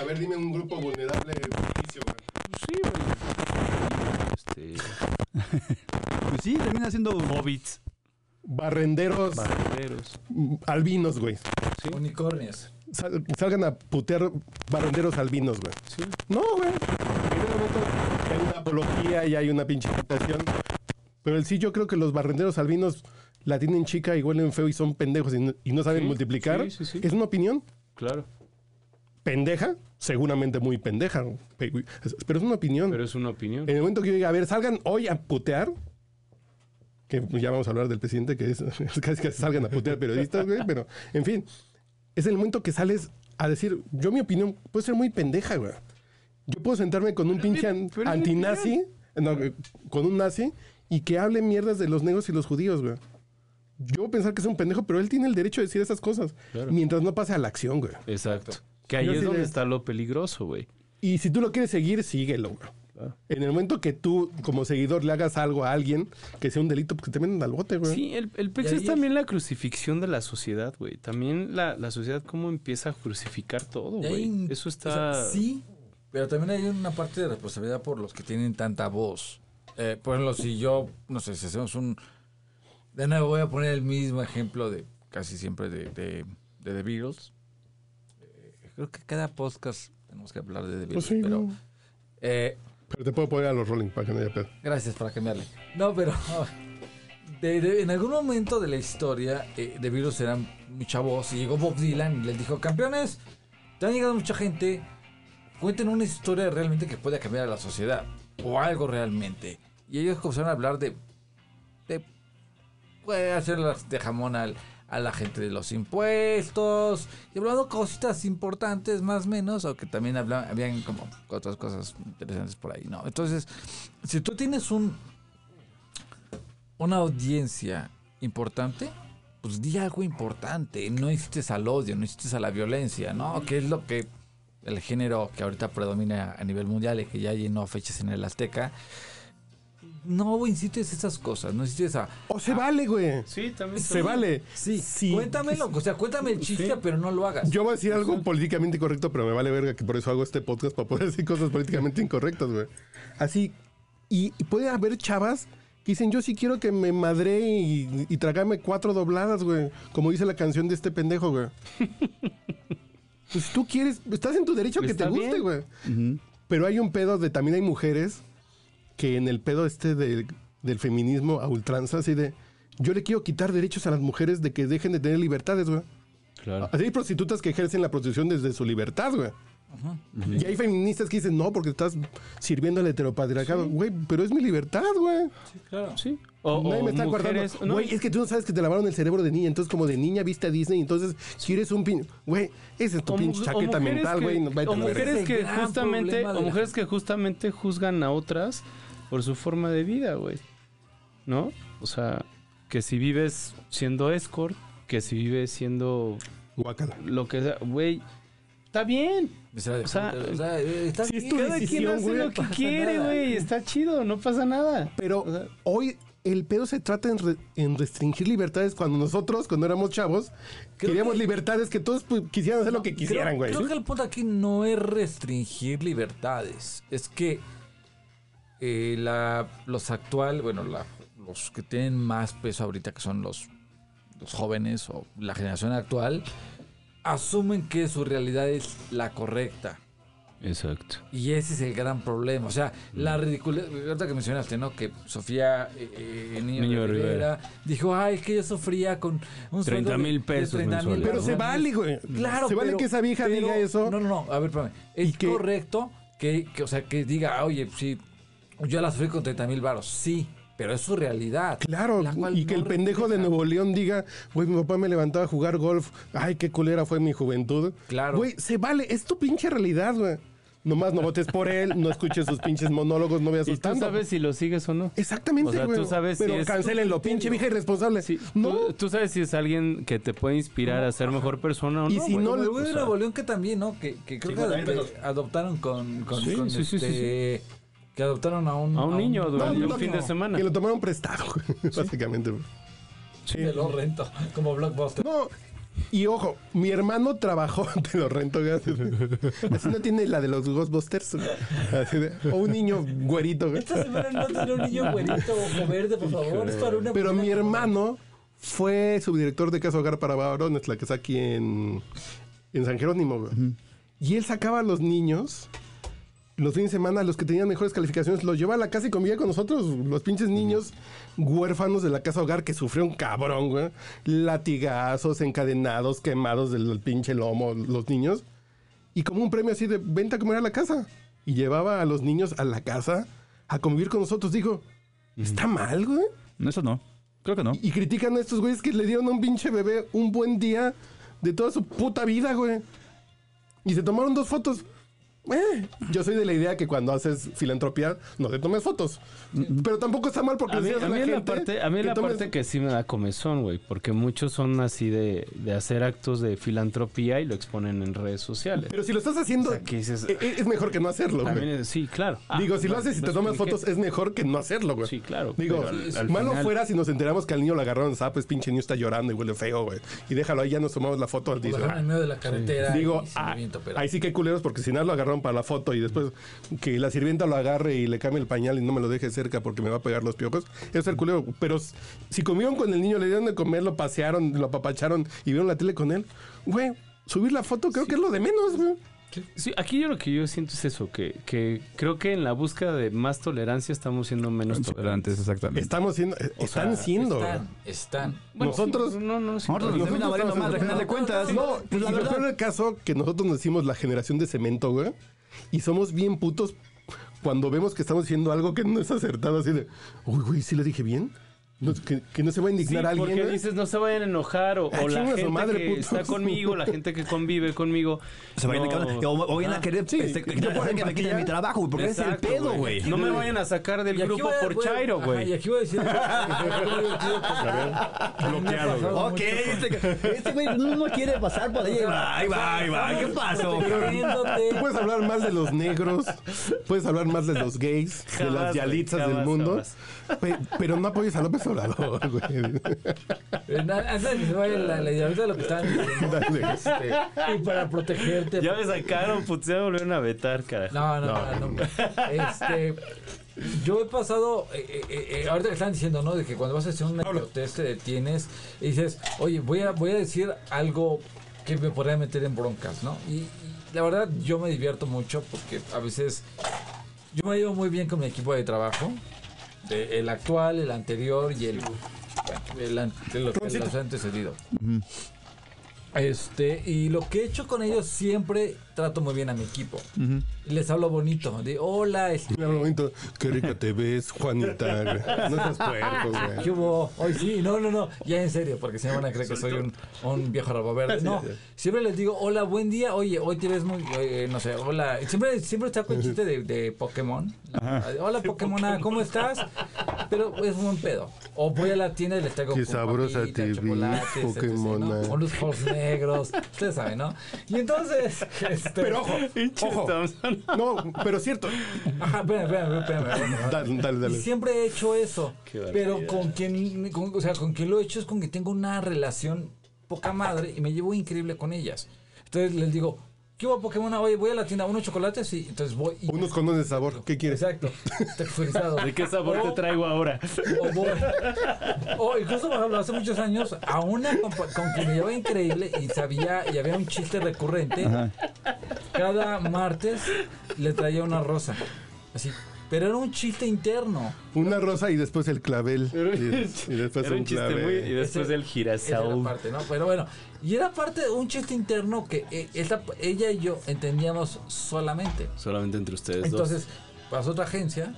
S1: A ver, dime un grupo vulnerable ficticio, güey.
S3: Sí, güey. Este,
S6: pues sí, termina siendo...
S3: hobbits,
S1: Barrenderos
S3: barreros.
S1: mm, albinos, güey.
S5: Unicornios.
S1: Sal- salgan a putear barrenderos albinos, güey.
S3: Sí.
S1: No, güey. Primeramente, hay una apología y hay una pinche invitación. Pero el sí, yo creo que los barrenderos albinos la tienen chica y huelen feo y son pendejos y no, y no saben
S3: Sí,
S1: multiplicar.
S3: sí, sí, sí.
S1: Es una opinión
S3: Claro,
S1: pendeja, seguramente muy pendeja, pe- pero es una opinión.
S3: pero es una opinión.
S1: En el momento que yo diga, a ver, salgan hoy a putear, que ya vamos a hablar del presidente, que es, es casi que salgan a putear periodistas, güey, pero en fin, es el momento que sales a decir, yo mi opinión puede ser muy pendeja, güey. Yo puedo sentarme con un pinche an- antinazi, no, güey, con un nazi, y que hable mierdas de los negros y los judíos, güey. Yo voy a pensar que es un pendejo, pero él tiene el derecho de decir esas cosas,
S3: Claro.
S1: mientras no pase a la acción, güey.
S3: Exacto. Que ahí
S1: Yo
S3: es
S1: sí
S3: donde
S1: de-
S3: está lo peligroso, güey.
S1: Y si tú lo quieres seguir, síguelo, güey. En el momento que tú, como seguidor, le hagas algo a alguien que sea un delito, porque te meten al bote, güey.
S3: Sí, el, el pex
S5: Y
S3: es
S5: ahí-
S3: también la crucifixión de la sociedad, güey. También la, la sociedad cómo empieza a crucificar todo,
S5: Y hay
S3: güey.
S5: un-
S3: Eso
S5: o
S3: está...
S5: sea, sí, pero también hay una parte de responsabilidad por los que tienen tanta voz. Eh, por ejemplo, si yo, no sé, si hacemos un... De nuevo voy a poner el mismo ejemplo de casi siempre de, de- de The Beatles. Eh, creo que cada podcast tenemos que hablar de The Beatles,
S1: Pues sí,
S5: pero...
S1: güey.
S5: eh,
S1: Pero te puedo poner a los Rolling para que no haya pedo.
S5: Gracias para cambiarle. No, pero de- de- en algún momento de la historia, eh, The Beatles eran muy chavos y llegó Bob Dylan y les dijo, campeones, te han llegado mucha gente, cuenten una historia realmente que pueda cambiar a la sociedad o algo realmente. Y ellos comenzaron a hablar de, de pues, hacer las de jamón al- a la gente de los impuestos y hablando cositas importantes más o menos, o que también hablaban, habían como otras cosas interesantes por ahí, ¿no? Entonces, si tú tienes un una audiencia importante, pues di algo importante. No insistes al odio, no insistes a la violencia, ¿no? Que es lo que el género que ahorita predomina a nivel mundial y que ya llenó fechas en el Azteca. No insistes a esas cosas, no insistes a...
S1: ¡Oh, se vale, güey!
S3: Sí, también.
S1: Se vale.
S5: Sí,
S1: Sí.
S5: cuéntamelo, o sea, cuéntame el chiste, pero no lo hagas.
S1: Yo voy a decir algo políticamente incorrecto, pero me vale verga que por eso hago este podcast para poder decir cosas políticamente incorrectas, güey. Así, y, y puede haber chavas que dicen, yo sí quiero que me madre y, y tragarme cuatro dobladas, güey. Como dice la canción de este pendejo, güey. pues tú quieres, estás en tu derecho que
S3: Está
S1: te guste,
S3: bien.
S1: güey.
S6: Ujú.
S1: Pero hay un pedo de, también hay mujeres que en el pedo este del, del feminismo a ultranza, así de, yo le quiero quitar derechos a las mujeres de que dejen de tener libertades, güey.
S3: Claro.
S1: Así hay prostitutas que ejercen la prostitución desde su libertad, güey. Y hay feministas que dicen, no, porque estás sirviendo al heteropatriarcado. Güey, pero es mi libertad, güey.
S3: Sí. O,
S1: Nadie
S3: o
S1: me está
S3: mujeres,
S1: guardando. Güey, es que tú no sabes que te lavaron el cerebro de niña. Entonces, como de niña viste a Disney, entonces si eres un pin... Güey, esa es tu
S3: O mu-
S1: pinche
S3: o
S1: chaqueta
S3: mujeres
S1: mental,
S3: que-
S1: güey. no, vete
S3: O
S1: a la verga.
S3: mujeres que
S5: gran
S3: justamente,
S5: problema de
S3: o
S5: la-
S3: mujeres que justamente juzgan a otras por su forma de vida, güey. ¿No? O sea, que si vives siendo escort, que si vives siendo
S1: Guácala.
S3: lo que sea, güey, está bien.
S5: O
S3: sea,
S5: eh, está
S1: sí es
S5: bien.
S1: tu
S3: Cada quien
S1: decisión,
S3: hace
S1: güey,
S3: lo
S1: no
S3: que
S5: pasa
S3: quiere,
S5: nada.
S3: güey, está chido, no pasa nada.
S1: Pero hoy el pedo se trata en, re- en restringir libertades cuando nosotros, cuando éramos chavos,
S5: Creo
S1: queríamos
S5: que-
S1: libertades que todos pues, quisieran hacer lo que quisieran,
S5: creo,
S1: güey.
S5: Creo que el punto aquí no es restringir libertades. Es que eh, la, los actual, bueno, la- los que tienen más peso ahorita, que son los, los jóvenes o la generación actual, asumen que su realidad es la correcta.
S3: Exacto.
S5: Y ese es el gran problema. O sea,
S1: Mm.
S5: la ridiculez. Ahorita que mencionaste, ¿no? Que Sofía eh, eh, Niño,
S3: Niño
S5: de
S3: Rivera.
S5: Rivera, dijo, ay, es que yo sufría con un
S3: 30 mil pesos mensuales.
S1: Pero se vale, güey.
S5: Claro,
S1: Se vale
S5: pero-
S1: que esa vieja
S5: pero-
S1: diga eso.
S5: No, no, no. A ver, espérame. Es
S1: Y que-
S5: correcto que, que, o sea, que diga, "Ah, oye, sí, yo la sufrí con 30 mil varos. Sí, pero es su realidad.
S1: Claro,
S5: la cual
S1: y que
S5: no
S1: el pendejo de
S5: refleja.
S1: Nuevo León diga, güey, mi papá me levantaba a jugar golf, ay, qué culera fue mi juventud.
S5: Claro.
S1: Güey, se vale, es tu pinche realidad, güey. Nomás no votes por él, no escuches sus pinches monólogos, no veas
S3: Y
S1: sus
S3: tú
S1: tanto.
S3: sabes si lo sigues o no.
S1: Exactamente,
S3: O sea,
S1: güey.
S3: tú sabes si
S1: Pero
S3: es-
S1: cancelenlo, pinche vieja irresponsable.
S3: Sí,
S1: no,
S3: tú, tú sabes si es alguien que te puede inspirar a ser mejor persona o no.
S1: Y si
S3: güey.
S1: no
S5: Como
S1: le-
S5: el güey de
S1: o sea-
S5: Nuevo León que también, ¿no? Que, que creo que adop- adoptaron con, con,
S3: Sí,
S5: con
S3: sí, sí, sí,
S5: este- Que adoptaron a un...
S3: A un niño durante
S1: no,
S3: un
S1: no,
S3: fin
S1: no.
S3: de semana.
S1: que lo tomaron prestado, güey, básicamente. güey.
S5: Te lo rento, como Blockbuster.
S1: No, y ojo, mi hermano trabajó, te lo rento, güey, así de- así no tiene la de los Ghostbusters. güey, así de- o un niño güerito, güey.
S5: Esta semana no tiene un niño güerito o verde, por favor. Es para una
S1: Pero mi
S5: mujer.
S1: hermano fue subdirector de Casa Hogar para Varones, la que está aquí en, en San Jerónimo. güey. Y él sacaba a los niños los fines de semana, los que tenían mejores calificaciones, los llevaba a la casa y convivía con nosotros, los pinches niños huérfanos de la Casa Hogar que sufrió un cabrón, güey. Latigazos, encadenados, quemados del pinche lomo, los niños. Y como un premio así de vente a comer a la casa. Y llevaba a los niños a la casa a convivir con nosotros. Digo, está mal, güey.
S6: No, eso no. Creo que no.
S1: Y critican a estos güeyes que le dieron a un pinche bebé un buen día de toda su puta vida, güey. Y se tomaron dos fotos. Eh, yo soy de la idea que cuando haces filantropía no te tomes fotos. Pero tampoco está mal porque
S3: A mí,
S1: enseñas
S3: a mí
S1: la
S3: la
S1: gente
S3: parte, a mí
S1: que
S3: la
S1: tomes-
S3: parte que sí me da comezón, güey, porque muchos son así de, de hacer actos de filantropía y lo exponen en redes sociales.
S1: Pero si lo estás haciendo,
S3: sea, que dices-
S1: e- e- es mejor que no hacerlo, güey.
S3: También es- sí, claro. Ah,
S1: Digo, si lo
S3: no,
S1: haces y
S3: no
S1: te
S3: es
S1: tomas
S3: como que-
S1: fotos, es mejor que no hacerlo, güey.
S3: Sí, claro,
S1: Digo,
S3: pero al- al
S1: malo
S3: final-
S1: fuera si nos enteramos que al niño lo agarraron zapes, pinche niño está llorando y huele feo, güey. Y déjalo ahí, ya nos tomamos la foto.
S5: Lo
S1: dice,
S5: dejaron
S1: "Ah,
S5: en medio de la carretera.
S1: Digo,
S5: y se
S1: ah,
S5: revienta, pero-
S1: ahí sí que culeros, porque si nada lo agarraron para la foto y después que la sirvienta lo agarre y le cambie el pañal y no me lo deje cerca porque me va a pegar los piojos, eso es el culero. Pero s- si comieron con el niño, le dieron de comer, lo pasearon, lo apapacharon y vieron la tele con él, güey, subir la foto creo que es lo de menos, güey.
S3: Sí, aquí yo lo que yo siento es eso, que, que creo que en la búsqueda de más tolerancia estamos siendo menos tolerantes.
S6: Tolerantes, exactamente.
S1: Estamos siendo, eh,
S5: O sea,
S1: están siendo.
S5: Están, están.
S3: Bueno, sí,
S1: Nosotros-
S3: no, no,
S6: Nosotros nos
S3: sí,
S1: Nosotros
S6: termina valiendo
S1: estamos
S6: madre, al final de cuentas.
S1: No, pues la verdad. el caso que nosotros nos decimos la generación de cemento, güey. Y somos bien putos cuando vemos que estamos haciendo algo que no es acertado, así de, uy, güey, sí lo dije bien. No, que, que no se va a
S3: Sí,
S1: indignar a alguien.
S3: porque
S1: güey.
S3: dices no se vayan a enojar o,
S1: Ah,
S3: o la
S1: chinga su
S3: gente
S1: madre,
S3: que
S1: putos.
S3: está conmigo, la gente que convive conmigo.
S6: Se vayan a
S3: no-
S6: cabrón. O, o vayan a querer
S1: Sí,
S6: este,
S1: yo
S6: que-
S1: por
S6: que me quiten
S1: empatía.
S6: mi trabajo, güey, porque
S3: Exacto,
S6: es el pedo, güey.
S3: güey. No me vayan a sacar del
S5: Y aquí
S3: grupo
S5: voy a-
S3: por
S5: voy a-
S3: Chairo,
S5: ajá,
S3: güey.
S5: Y aquí voy a decir.
S1: bloqueado, güey.
S5: Bloqueado.
S6: Ok, este
S2: Este güey no, no quiere pasar por ahí.
S6: Ay, va, va, ¿qué pasó?
S1: Tú puedes hablar más de los negros, puedes hablar más de los gays, de
S3: Jamás,
S1: las
S3: güey,
S1: yalitzas
S3: jamás,
S1: del mundo,
S3: jamás.
S1: pe- pero no apoyes a López Obrador, güey.
S5: Antes de que se vaya la la idealita de lo que estaban diciendo,
S1: Dale.
S5: este, Y para protegerte.
S3: Ya me sacaron, putz, ya me volvieron a vetar, carajo.
S5: No, no, no, no. Este, Yo he pasado, eh, eh, eh, ahorita que están diciendo, ¿no? De que cuando vas a hacer un protesta te detienes y dices, oye, voy a, voy a decir algo que me podría meter en broncas, ¿no? Y, y la verdad, yo me divierto mucho porque a veces yo me llevo muy bien con mi equipo de trabajo, de- el actual, el anterior y el, bueno, el, an- el- el antecedido. Este, y lo que he hecho con ellos siempre trato muy bien a mi equipo. Y les hablo bonito, de hola, este,
S1: Me hablo bonito. Qué rica te ves, Juanita. güey. No seas puerco, güey.
S5: ¿Qué hubo? Hoy sí, no, no, no. Ya en serio, porque si no van a creer que soy un, un viejo rabo verde. No, siempre les digo, hola, buen día. Oye, hoy te ves muy, eh, no sé, hola. Siempre, siempre está con el chiste de, de Pokémon. Hola, Pokémona, ¿cómo estás? Pero es un buen pedo. O voy a la tienda y les traigo
S1: Qué
S5: con
S1: sabrosa
S5: papita,
S1: te vi,
S5: chocolates, etc., ¿no?
S1: Pokémona.
S5: O unos ojos negros. Ustedes saben, ¿no? Y entonces, este...
S1: Pero ojo, ojo.
S3: Thompson.
S1: No, pero es cierto.
S5: Ajá, espérame, espérame, espérame.
S1: Dale, dale,
S5: Y
S1: dale.
S5: siempre he hecho eso.
S3: Qué barbaridad.
S5: Pero con quien, con- o sea, con quien lo he hecho es con que tengo una relación poca madre y me llevo increíble con ellas. Entonces les digo, ¿qué hubo Pokémon? Oye, voy a la tienda, unos chocolates y entonces voy y...
S1: Unos condones de sabor. ¿Qué quieres?
S5: Exacto, texturizado.
S3: ¿De qué sabor te
S1: Oh.
S5: O-
S3: traigo ahora?
S5: o, voy- o incluso, por ejemplo, hace muchos años, a una compa- con quien me llevaba increíble y sabía y había un chiste recurrente, cada martes le traía una rosa. Así. Pero era un chiste interno.
S1: Una rosa y después el clavel. Y, y después
S3: Era
S1: un
S3: un chiste muy. Y
S1: clavel.
S3: después
S5: Ese-
S3: el
S5: Esa era
S3: girasol.
S5: parte, ¿no? Pero bueno, y era parte de un chiste interno que eh, esta- ella y yo entendíamos solamente.
S3: Solamente entre ustedes
S5: Entonces, pasó otra agencia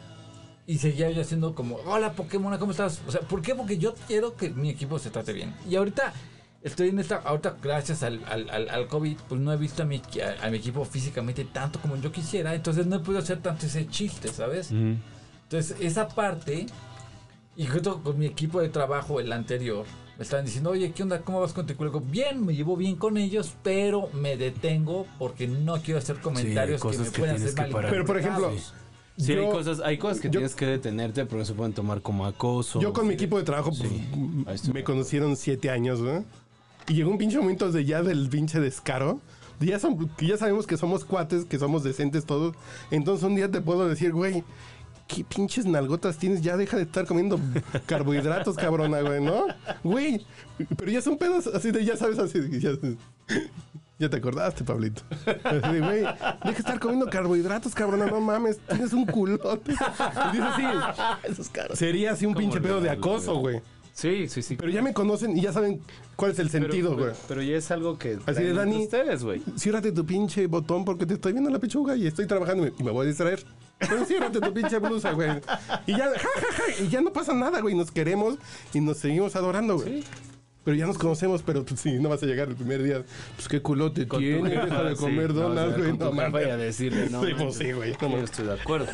S5: y seguía yo haciendo como, hola Pokémon, ¿cómo estás? O sea, ¿por qué? Porque yo quiero que mi equipo se trate bien. Y ahorita estoy en esta, ahorita gracias al, al- al- al COVID, pues no he visto a mi, a- a mi equipo físicamente tanto como yo quisiera, entonces no he podido hacer tanto ese chiste, ¿sabes?
S3: dos. Ujú.
S5: Entonces, esa parte, y junto con mi equipo de trabajo, el anterior, me estaban diciendo, oye, ¿qué onda? ¿Cómo vas con tu cuerpo? Bien, me llevo bien con ellos, pero me detengo porque no quiero hacer comentarios que me
S6: cosas que
S5: puedan
S6: tienes
S5: hacer
S6: que
S5: mal.
S6: parar.
S1: Pero, por ejemplo,
S3: Sí, hay
S1: Yo-
S3: cosas, hay cosas que
S1: yo-
S3: tienes que detenerte, pero no se pueden tomar como acoso.
S1: Yo con mi equipo de trabajo pues,
S3: ahí estoy.
S1: me conocieron siete años, ¿no? Y llegó un pinche momento de ya del pinche descaro. de Ya, son, que ya sabemos que somos cuates, que somos decentes todos. Entonces un día te puedo decir, güey, ¿qué pinches nalgotas tienes? Ya deja de estar comiendo carbohidratos, cabrona, güey, ¿no? Güey, pero ya son pedos así de, ya sabes, así de, ya, ya te acordaste, Pablito. Así de, güey, deja de estar comiendo carbohidratos, cabrona, no mames, tienes un culote. Y dices, sí, sería así un
S3: ¿Cómo
S1: pinche pedo de
S3: olvidarlo,
S1: acoso,
S3: güey?
S1: güey.
S3: Sí, sí, sí.
S1: Pero ya me conocen y ya saben cuál es el
S3: Pero-
S1: sentido, güey.
S3: Pero, pero ya es algo que.
S1: de,
S3: traen entre
S1: Dani-
S3: ustedes, güey.
S1: Ciérrate tu pinche botón porque te estoy viendo la pechuga y estoy trabajando y me voy a distraer. Pero ciérrate tu pinche blusa, güey. Y ya, ja, ja, ja, y ya no pasa nada, güey. Nos queremos y nos seguimos adorando, güey. Pero ya nos conocemos, pero pues, sí, no vas a llegar el primer día. Pues qué culote
S3: Con tu
S1: tienes, deja
S3: jefa,
S1: de
S3: sí.
S1: comer
S3: No, o sea,
S1: donas, güey.
S3: con tu
S1: No,
S3: jefa
S1: mames.
S3: y a decirle, no,
S1: Sí,
S3: manches.
S1: pues sí, güey.
S3: Sí,
S1: No,
S3: yo
S1: mames.
S3: estoy de acuerdo.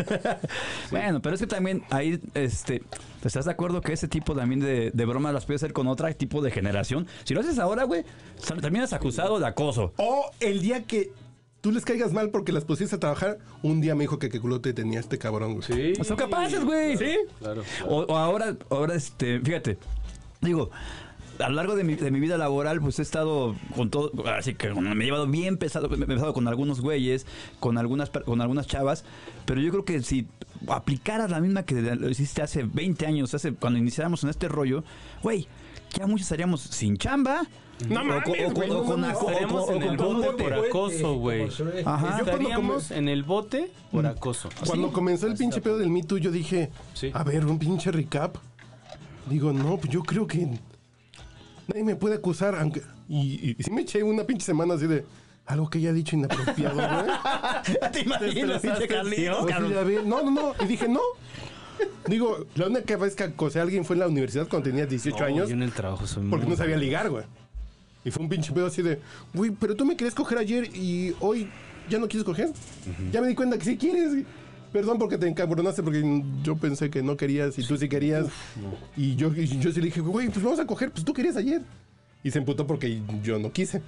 S6: Bueno, pero es que también ahí, este, ¿estás de acuerdo que ese tipo también de, de bromas las puedes hacer con otro tipo de generación? Si lo haces ahora, güey, sal- terminas acusado de acoso.
S1: O el día que tú les caigas mal porque las pusiste a trabajar, un día me dijo que qué culote tenía este cabrón, güey.
S3: Sí.
S6: Son capaces, güey. ¿Sí?
S3: Claro. claro.
S6: O, o ahora, ahora, este, fíjate, digo, a lo largo de mi, de mi vida laboral, pues he estado con todo, así que me he llevado bien pesado, me me he pesado con algunos güeyes, con algunas, per- con algunas chavas, pero yo creo que si aplicaras la misma que lo hiciste hace 20 años, hace, cuando iniciábamos en este rollo, güey, ya muchos estaríamos sin chamba.
S1: No
S6: o
S1: mames,
S6: con- o
S1: güey,
S6: con- o
S1: no
S6: con
S1: mames.
S6: aco- o con-
S3: Estaremos
S6: o
S3: en el
S6: con- con-
S3: bote por
S5: bote,
S3: acoso,
S5: como
S3: güey.
S5: Shrek.
S6: Ajá.
S1: Yo cuando Mm.
S3: Estaríamos en el bote por acoso.
S1: Cuando comenzó el pinche pedo del Me Too, yo dije,
S3: Sí.
S1: a ver, un pinche recap. Digo, no, pues yo creo que nadie me puede acusar, aunque... Y, y, sí me eché una pinche semana así de... Algo que haya dicho inapropiado, ¿no?
S6: ¿Te imaginas, pinche Carlitos,
S1: Pues,
S6: cabrón?
S1: sí, la vi- no, no, no. Y dije, no. Digo, la única vez que acosé a alguien fue en la universidad cuando tenía 18
S3: No,
S1: años.
S3: Yo en el trabajo soy
S1: Porque
S3: muy-
S1: no sabía ligar, güey. Y fue un pinche pedo así de, güey, pero tú me querías coger ayer y hoy ya no quieres coger. Ya me di cuenta que sí quieres. güey. Perdón porque te encabronaste porque yo pensé que no querías y tú sí querías. Y yo, y yo sí le dije, güey, pues vamos a coger, pues tú querías ayer. Y se emputó porque yo no quise.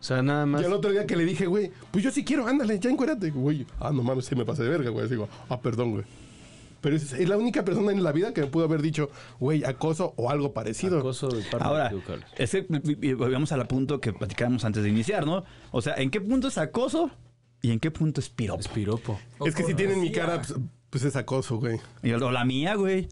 S3: O sea, nada más.
S1: Y al otro día que le dije, güey, pues yo sí quiero, ándale, ya encuérate, güey. Ah, no mames, sí me pasé de verga, güey. Así Digo, ah, perdón, güey. Pero es, es la única persona en la vida que me pudo haber dicho, güey, acoso o algo parecido.
S3: Acoso de parte
S6: Ahora,
S3: de tu, Carlos.
S6: es que vi- vi- volvemos al punto que platicábamos antes de iniciar, ¿no? O sea, ¿en qué punto es acoso y en qué punto es piropo?
S3: Es piropo.
S5: O
S1: es que si tienen mi
S5: cortesía.
S1: cara, pues, Pues es acoso, güey.
S6: Y yo, la mía, güey.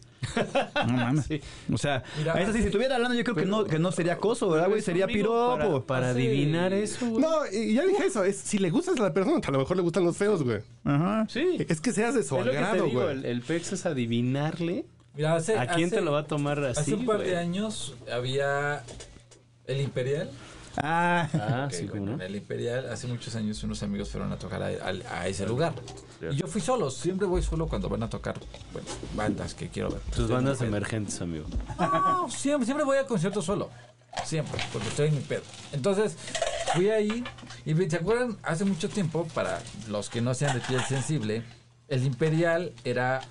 S6: No mames. O sea,
S5: Mira,
S6: a esa sí, si tuviera lana, yo creo que no, que no sería acoso,
S1: Ah,
S6: ¿verdad, güey? Sería piropo.
S3: Para, para
S5: Hace-
S3: adivinar eso, güey.
S1: No, y ya dije eso. Es, si le gustas a la persona, a lo mejor le gustan los feos, güey.
S6: Ajá.
S3: Sí. Es
S1: Es que seas de su
S3: lo que te
S1: agrado,
S3: digo,
S1: güey.
S3: el, el pex es adivinarle
S5: Mira, hace,
S3: a quién
S5: hace-
S3: te lo va a tomar
S5: Hace
S3: así,
S5: un par de
S3: güey.
S5: años había el Imperial.
S6: Ah,
S3: Ah,
S5: que
S3: sí,
S5: bueno,
S3: ¿cómo no?
S5: En el Imperial, hace muchos años unos amigos fueron a tocar a, a- a ese lugar. Y yo fui solo, siempre voy solo cuando van a tocar bueno, bandas que quiero ver.
S3: Tus bandas emergentes, amigo.
S5: No, siempre, siempre voy a conciertos solo. Siempre, porque estoy en mi pedo. Entonces, fui ahí y ¿se acuerdan? Hace mucho tiempo, para los que no sean de piel sensible, el Imperial era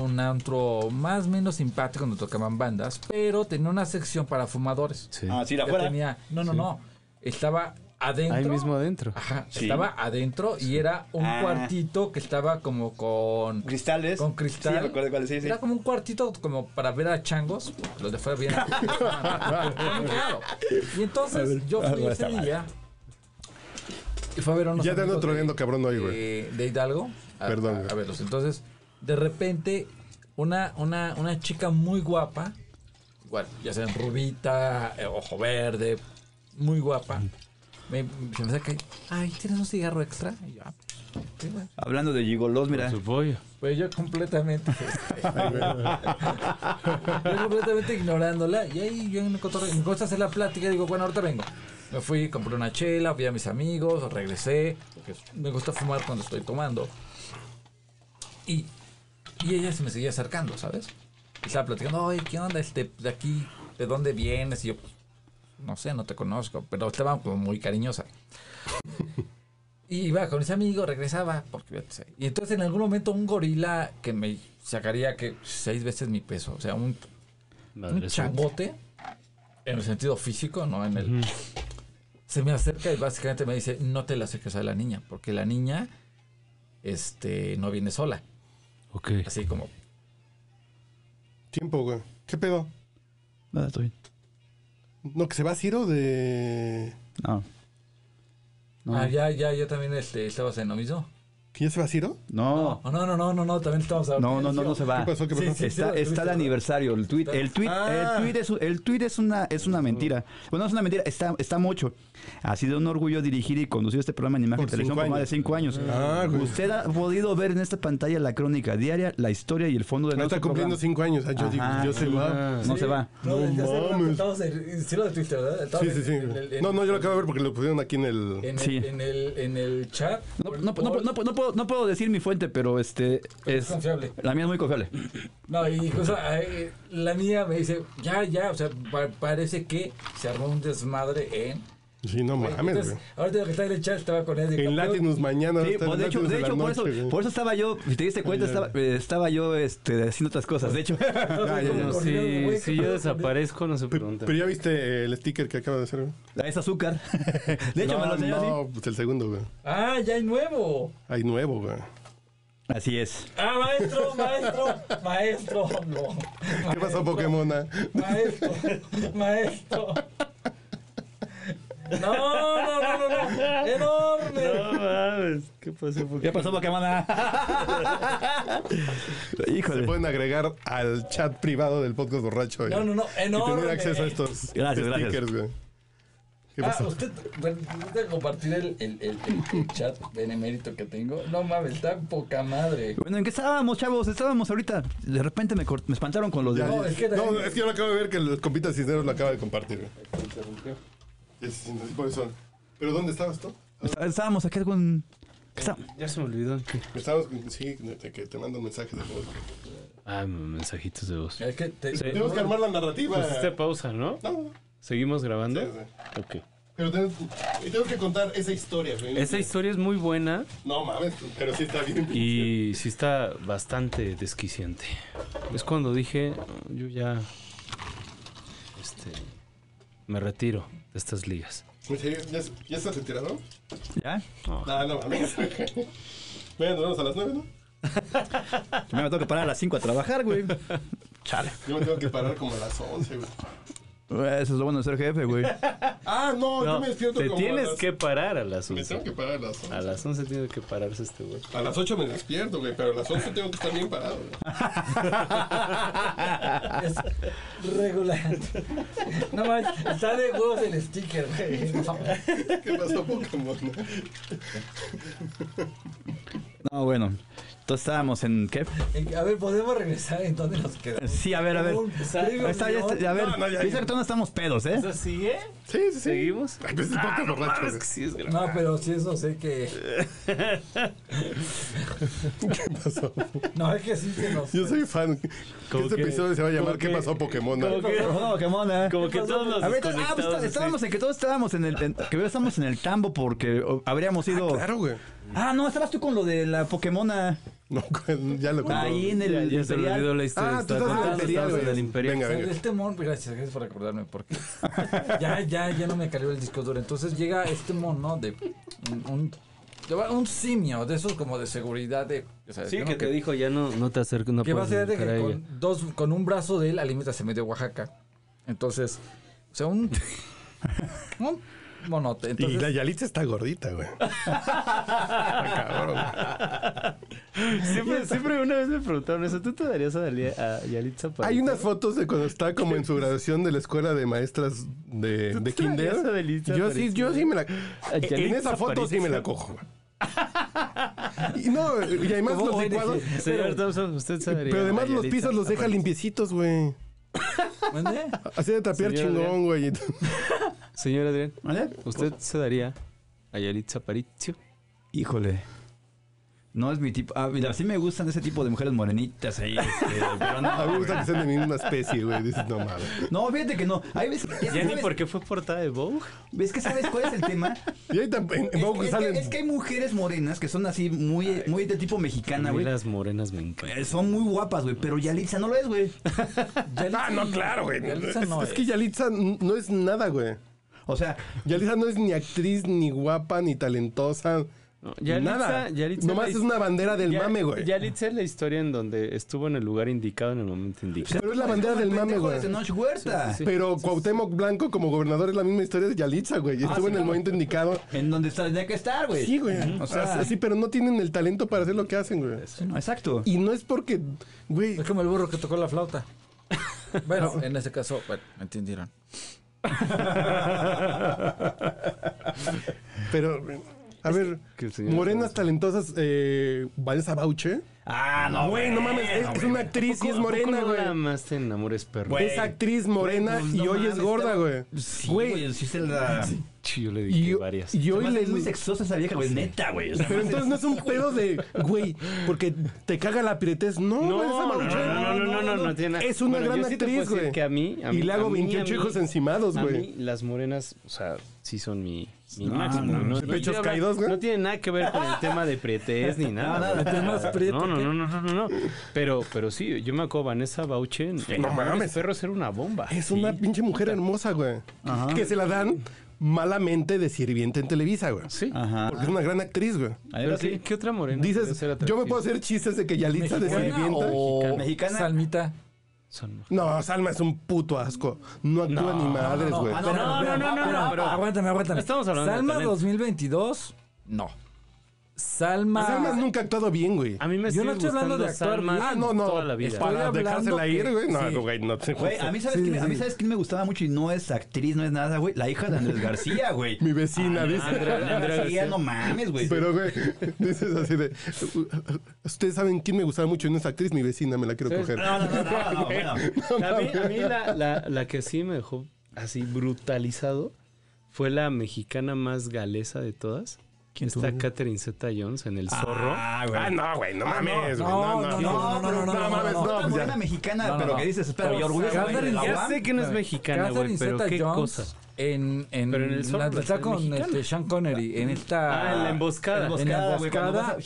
S5: un antro más o menos simpático donde tocaban bandas, pero tenía una sección para fumadores.
S3: Sí.
S6: ah sí,
S5: Ya
S6: la fuera.
S5: tenía- no, no, no. Estaba adentro.
S3: Ahí mismo adentro.
S5: Ajá, estaba adentro y era un
S6: Ah.
S5: cuartito que estaba como con
S6: Cristales.
S5: con cristal.
S6: Sí, recuerdo cuál, sí, sí.
S5: Era como un cuartito como para ver a changos. Los de fuera bien. Claro. y entonces yo fui ese día. Y fue a ver a unos
S1: Ya te ando
S5: amigos de-
S6: eh,
S1: troleando, cabrón, hoy, güey.
S5: Eh, de, de Hidalgo. A,
S1: Perdón,
S5: a-
S1: güey.
S5: a verlos. Entonces, de repente, una, una, una chica muy guapa. Igual, ya saben, rubita, eh, ojo verde, muy guapa. Me, se me saca, ay, ¿tienes un cigarro extra? Y yo, "Ah, sí, güey".
S6: Hablando de gigolos, mira.
S3: Su pollo.
S5: Pues yo completamente. este, yo completamente ignorándola. Y ahí yo en el cotorreo, me gusta hacer la plática. y Digo, bueno, ahorita vengo. Me fui, compré una chela, fui a mis amigos, regresé. Porque me gusta fumar cuando estoy tomando. Y, y ella se me seguía acercando, ¿sabes? Y estaba platicando, oye, ¿qué onda? Este, de aquí, ¿de dónde vienes? Y yo, pues, no sé, no te conozco. Pero estaba como muy cariñosa. Y iba con mis amigos, regresaba, porque ya te sé. Y entonces en algún momento un gorila que me sacaría que seis veces mi peso, o sea, un, un
S3: Madre santa.
S5: changote, en el sentido físico, no en el... Se me acerca y básicamente me dice, no te la acerques a la niña, porque la niña este, no viene sola.
S3: Ok.
S5: Así como,
S1: Tiempo, güey. ¿Qué pedo?
S6: Nada, Ah, estoy bien.
S1: No, que se va a Ciro de.
S6: No. No.
S5: ah, ya, ya, yo también este, estabas en lo mismo.
S1: ¿Que ya se va a Ciro?
S6: No.
S5: Oh, no, no, no, no, no, también estamos hablando.
S6: No, no, no, no se va.
S1: ¿Qué pasó? ¿Qué
S5: Sí,
S1: pasó?
S5: sí.
S6: Está,
S5: lo tuviste,
S6: está el
S5: ¿verdad?
S6: aniversario, el tweet, el tweet,
S1: Ah.
S6: el tweet es, el tweet es una, es una mentira. Bueno, no es una mentira, está, está mucho. Ha sido un orgullo dirigir y conducir este programa en imagen
S1: Por
S6: y televisión
S1: cinco
S6: por más de
S1: años.
S6: cinco años.
S1: Ah, güey.
S6: Usted ha podido ver en esta pantalla la crónica diaria, la historia y el fondo de
S1: No está
S6: nuestro
S1: cumpliendo
S6: programa.
S1: cinco años. Ah, yo digo,
S6: Ajá.
S1: yo se va.
S6: No se va.
S5: No,
S1: No
S5: ya sé,
S1: mames.
S5: estamos en- sí lo de Twitter, ¿verdad? Estamos
S1: Sí, sí, sí.
S5: en- en- en-
S1: No, no, yo lo acabo de ver porque lo pusieron aquí en el.
S5: En,
S6: Sí.
S5: el, en, el, en el chat.
S6: No, no, no, no, no puedo, no puedo decir mi fuente, pero este
S5: Es
S6: es
S5: confiable.
S6: la mía es muy confiable.
S5: No, y cosa, eh, la mía me dice, ya, ya, o sea, pa- parece que se armó un desmadre en...
S1: Sí, no mames,
S5: Entonces,
S1: güey.
S5: ahorita lo que está en el chat estaba con él.
S1: En Latinus mañana. va a
S6: Sí,
S1: estar
S6: pues,
S1: en
S6: de hecho,
S1: Latinus
S6: de
S1: la
S6: hecho, por eso,
S1: noche, güey.
S6: por eso estaba yo, si te diste cuenta, estaba, eh, estaba yo este, haciendo otras cosas, de hecho.
S1: ya, ya.
S3: Bueno, sí, si yo desaparezco, no se pregunta.
S1: Pero ya viste el sticker que acaba de hacer, güey.
S6: Es azúcar. De hecho,
S1: no,
S6: me lo enseñó así.
S1: No, pues el segundo, güey.
S5: Ah, ya hay nuevo.
S1: Hay nuevo, güey.
S6: Así es.
S5: Ah, maestro, maestro, maestro. No.
S1: ¿Qué pasó, Pokémona?
S5: Maestro, maestro. No, no, no, no, no. Enorme.
S3: No mames, ¿qué pasó? ¿Por
S6: Ya pasó Pokémon.
S1: Se
S6: Híjole.
S1: pueden agregar al chat privado del podcast borracho, güey.
S5: No, no, no,
S1: Y
S5: enorme.
S1: tener acceso a estos
S6: Gracias,
S1: stickers,
S6: gracias.
S1: güey. ¿Qué
S5: Ah,
S1: pasó?
S5: usted, bueno, usted compartir el, el, el, el chat benemérito que tengo. No mames, está poca madre.
S6: Bueno, ¿en qué estábamos, chavos? Estábamos ahorita. De repente me, cort- me espantaron con los
S1: Ya,
S6: de.
S5: No,
S1: ya.
S5: es que
S1: no,
S5: también-
S1: es que yo lo acabo de ver que el compita Cisneros lo acaba de compartir, güey. Sí, sí, sí, por eso. ¿Pero dónde estabas tú?
S6: Está- Estábamos aquí con. ¿Qué está-
S3: Ya se me olvidó. en qué.
S1: Estabas, sí, de que te mando un mensaje de voz.
S3: Ah, mensajitos de voz.
S5: Es que te,
S3: Sí.
S1: Tenemos que armar la narrativa.
S3: Pusiste pausa, ¿no?
S1: No,
S3: ¿Seguimos grabando?
S1: eh. sí, sí.
S3: Ok.
S1: Pero tenemos, y tenemos que contar esa historia, güey.
S3: Esa historia es muy buena
S1: No mames, pero sí está bien.
S3: y sí está bastante desquiciante. Es cuando dije, "Oh, yo ya. Este. Me retiro de estas ligas.
S1: ¿En serio? ¿Ya, ya estás retirado?
S6: ¿Ya?
S1: Ah, no mames. Bueno, nos vemos a las nueve, ¿no?
S6: Me tengo que parar a las 5 a trabajar, güey. Chale.
S1: Yo me tengo que parar como a las 11, güey.
S6: Eh, Eso es lo bueno de ser jefe, güey.
S1: Ah, no, yo
S3: No,
S1: me despierto
S3: te
S1: como
S3: tienes
S1: a las-
S3: que parar a las
S1: Me tengo
S3: 11.
S1: que parar a las
S3: A
S1: 11.
S3: las 11 tiene que pararse este güey.
S1: A las 8 me despierto, güey, pero a las 11 tengo que estar bien parado. güey.
S5: Regular. No más, está de huevos el sticker, güey. No.
S1: ¿Qué pasó, Pokémon?
S6: No, bueno. Entonces estábamos en qué?
S5: En- A ver, podemos regresar en dónde nos quedamos.
S6: Sí, a ver, a ver.
S5: Un-
S6: Ahí está, ya está, a ver.
S1: No, no, ya, ya.
S6: Dice que todos no estamos pedos, ¿eh?
S3: ¿Eso sigue?
S1: Sí, sí, sí.
S3: ¿Seguimos? Ah,
S1: Ay, pues, es Podcast borracho.
S3: Mames,
S1: güey.
S3: que sí es grave.
S5: No, pero sí eso sé que.
S1: ¿Qué pasó?
S5: No, es que sí se nos.
S1: Yo soy fan. que
S3: Como
S1: este
S3: que-
S1: episodio se va a llamar
S3: como
S1: ¿Qué
S3: que-
S1: pasó, Pokémon?
S3: como que-
S6: No, qué mona.
S3: Como que todos los
S6: A ver, entonces- ah, pues,
S3: desconectados,
S6: está- estábamos en que todos estábamos en el en- que estábamos en el tambo porque oh, habríamos ido. Ah,
S1: Claro, güey.
S6: no, estabas tú con lo de la Pokémona
S1: No, ya lo conté.
S6: ahí en el
S7: Ya, ya se le
S6: Imperial.
S7: olvidó la historia.
S1: Ah, tú
S7: estaba
S1: estás en el
S7: contando,
S1: Imperial,
S7: estábamos
S1: güey.
S7: en el Imperial.
S1: Venga,
S5: O sea,
S1: venga.
S5: Este mono, gracias, gracias por recordarme porque ya, ya, ya no me calió el disco duro. Entonces llega este mono de un, un, de un simio de esos como de seguridad de, o sea,
S3: Sí,
S5: tengo
S3: que te dijo, ya no, no te acerques, no
S5: que va a
S3: puedes
S5: ser de
S3: acercar a
S5: que
S3: ella.
S5: con, dos, con un brazo de él alimenta se medio Oaxaca. Entonces, o sea, un, un monote.
S1: Y
S5: Entonces,
S1: la Yalitza está gordita, güey. Está cabrón. güey.
S3: Siempre, siempre una vez me preguntaron eso, ¿tú te darías a, Dalia- a Yalitza para
S1: Hay unas fotos de cuando está como en su graduación de la escuela de maestras de, de
S3: sabías eso de
S1: Kinder.
S3: Yalitza
S1: Yo sí,
S3: Aparicio?
S1: yo sí me la. En
S3: Yalitza
S1: esa foto sí me la
S3: Aparicio.
S1: cojo. güey. Y no, y además
S5: ¿Cómo
S1: los
S5: voy a
S1: licuados.
S5: decir?
S3: Señor Thompson, usted sabe.
S1: Pero además los pisos los deja limpiecitos, güey.
S5: ¿mande?
S1: Así de trapear
S3: Señor
S1: chingón,
S3: Adrián.
S1: güey.
S3: Señor Adrián,
S6: ¿Vale?
S3: ¿usted se daría a Yalitza Paricio?
S6: Híjole. No es mi tipo. Ah, mira, sí me gustan ese tipo de mujeres morenitas ahí. este, pero
S1: A
S6: no,
S1: mí me
S6: güey.
S1: gusta que sean de mi misma especie, güey. Dices, no mames.
S6: No, fíjate que no. Ahí ves, es que
S3: Ya ni
S6: sabes-
S3: por qué fue portada de Vogue.
S6: ¿Ves que sabes cuál es el tema?
S1: Y ahí también,
S6: Es, que- es
S1: salen.
S6: que, es que hay mujeres morenas que son así muy, muy de tipo mexicana,
S3: A mí
S6: güey.
S3: las morenas me encantan.
S6: Eh, Son muy guapas, güey, pero Yalitza no lo es, güey.
S5: Yalitza-
S1: Ah, no, claro, güey.
S5: Yalitza no
S1: es,
S5: es.
S1: que Yalitza n- no es nada, güey.
S6: O sea,
S1: Yalitza no es ni actriz, ni guapa, ni talentosa.
S3: No, Yalitza-
S1: nada.
S3: Yalitza
S1: Nomás
S3: la-
S1: es una bandera del
S3: Ya-
S1: mame, güey.
S3: Yalitza es la historia en donde estuvo en el lugar indicado en el momento indicado.
S1: Pero es la bandera del mame,
S6: pendejo
S1: güey.
S6: de Tenoch Huerta.
S1: Pero Cuauhtémoc Blanco como gobernador es la misma historia de Yalitza, güey. Estuvo en el momento indicado.
S6: En donde está- tenía que estar, güey.
S1: Sí, güey.
S6: O
S1: O
S6: sea,
S1: sea, sí, pero no tienen el talento para hacer lo que hacen, güey.
S6: Exacto.
S1: Y no es porque, güey,
S5: Es como el burro que tocó la flauta. Bueno, en ese caso, bueno, me entendieron.
S1: pero... A ver,
S3: que el señor-
S1: morenas talentosas, eh, Vanessa Bauche.
S6: Ah, no,
S1: Güey, no mames, es, es una actriz y es morena, güey.
S3: Nada más te enamores perro.
S6: Güey.
S1: Es actriz morena
S6: Pues,
S1: y
S6: no
S1: hoy es
S6: mames,
S1: gorda,
S6: estaba-
S1: güey.
S6: Sí,
S1: Güey.
S6: güey, sí se la...
S3: Sí, Yo le
S1: Y,
S3: dije
S1: yo-
S3: varias.
S1: y
S6: Se
S1: hoy
S6: me hace
S1: le...
S6: muy sexosa esa vieja, güey, neta, güey. O sea,
S1: Pero entonces no es un pedo de, güey, porque te caga la piretez. No,
S3: No,
S1: güey, esa
S3: no, no,
S1: Bauche-
S3: no, no, no, no, no tiene nada.
S1: Es una
S3: Bueno,
S1: gran
S3: yo sí te puedo
S1: actriz,
S3: decir
S1: güey.
S3: que a mí, a mí-
S1: Y le hago
S3: a mí,
S1: 28
S3: a mí-
S1: hijos encimados,
S3: A
S1: güey.
S3: mí las morenas, o sea, sí son mi, mi
S6: No,
S3: máximo.
S6: no,
S3: No,
S1: de
S3: Y
S1: pechos
S3: estoy hablando-
S1: caídos, güey.
S3: No tiene nada que ver con el tema de pretez ni nada.
S6: No, nada,
S3: güey.
S6: tú más prieto
S3: No, no, no, no, no, no, no. Pero, pero sí, yo me acuerdo Vanessa Bauche en, en
S1: No
S3: Amores
S1: mames.
S3: Perros era una bomba.
S1: Es
S3: Sí.
S1: una pinche mujer hermosa, güey. Que se la dan malamente de sirviente en Televisa, güey.
S3: Sí.
S6: Ajá.
S1: Porque es una gran actriz, güey.
S3: Pero
S6: Ahora
S3: ¿qué,
S6: sí.
S3: qué otra morena? puede
S1: Dices,
S3: ser
S1: yo me
S3: atractiva?
S1: puedo hacer chistes de que Yalitza de
S5: ¿Mexicana
S1: sirvienta. Oh,
S6: O mexicana.
S5: Salmita.
S3: Son-
S1: No, Salma es un puto asco. No actúa ni madres, güey.
S6: ah, no,
S5: Espérame,
S3: no,
S5: espérame.
S3: no, no, no,
S5: Ah,
S3: pero-
S5: Aguántame, aguántame.
S3: Estamos hablando de
S5: Salma
S3: talento.
S5: 2022.
S7: No.
S5: Salma.
S1: Pues Salma nunca ha actuado bien, güey.
S3: A mí me
S5: Yo
S3: sigue
S5: no estoy hablando
S3: gustando
S5: de actuar
S3: Salma
S5: bien.
S1: Ah, no, no.
S3: toda la vida.
S5: Estoy
S1: Para
S5: hablando
S1: dejársela
S5: que-
S1: ir, güey. No,
S5: sí.
S1: güey, no te
S6: Güey, a mí, ¿sabes,
S5: Sí,
S6: quién, a mí,
S5: sí.
S6: ¿sabes quién me gustaba mucho y no es actriz, no es nada, güey? La hija de Andrés García, güey. Ah,
S1: Mi vecina, dice.
S3: Andrea- Andrea
S6: Andrés García,
S3: García.
S6: no mames, güey.
S1: Pero, güey, dices así de. Ustedes saben quién me gustaba mucho en esa actriz, mi vecina, me la quiero coger.
S6: No, no, no, no, no, bueno.
S3: A mí, a mí la, la- la que sí me dejó así brutalizado fue la mexicana más galesa de todas.
S6: ¿Quién
S3: Está Catherine Zeta Jones en El Zorro.
S6: Ah, güey.
S1: Ah, no, güey, no mames, güey.
S5: no, no,
S6: No,
S5: no,
S6: pero-
S5: no, no,
S1: mames, no,
S5: no,
S6: Una
S1: pues ya.
S6: morena mexicana,
S5: No, no,
S6: pero
S5: no.
S6: que dices, espera,
S5: Pero
S6: y orgulloso, güey, de
S5: Catherine
S6: la
S3: ya
S5: Zeta-
S6: UAM.
S3: sé que no es mexicana, güey,
S5: Catherine
S3: pero qué
S5: Zeta-Jones
S3: cosa.
S2: en, en,
S3: Pero en el
S2: la
S3: Sorpresa,
S2: que está
S3: el
S2: con
S3: mexicano.
S2: este, Sean Connery, en esta...
S3: Ah, en la emboscada.
S2: En la emboscada.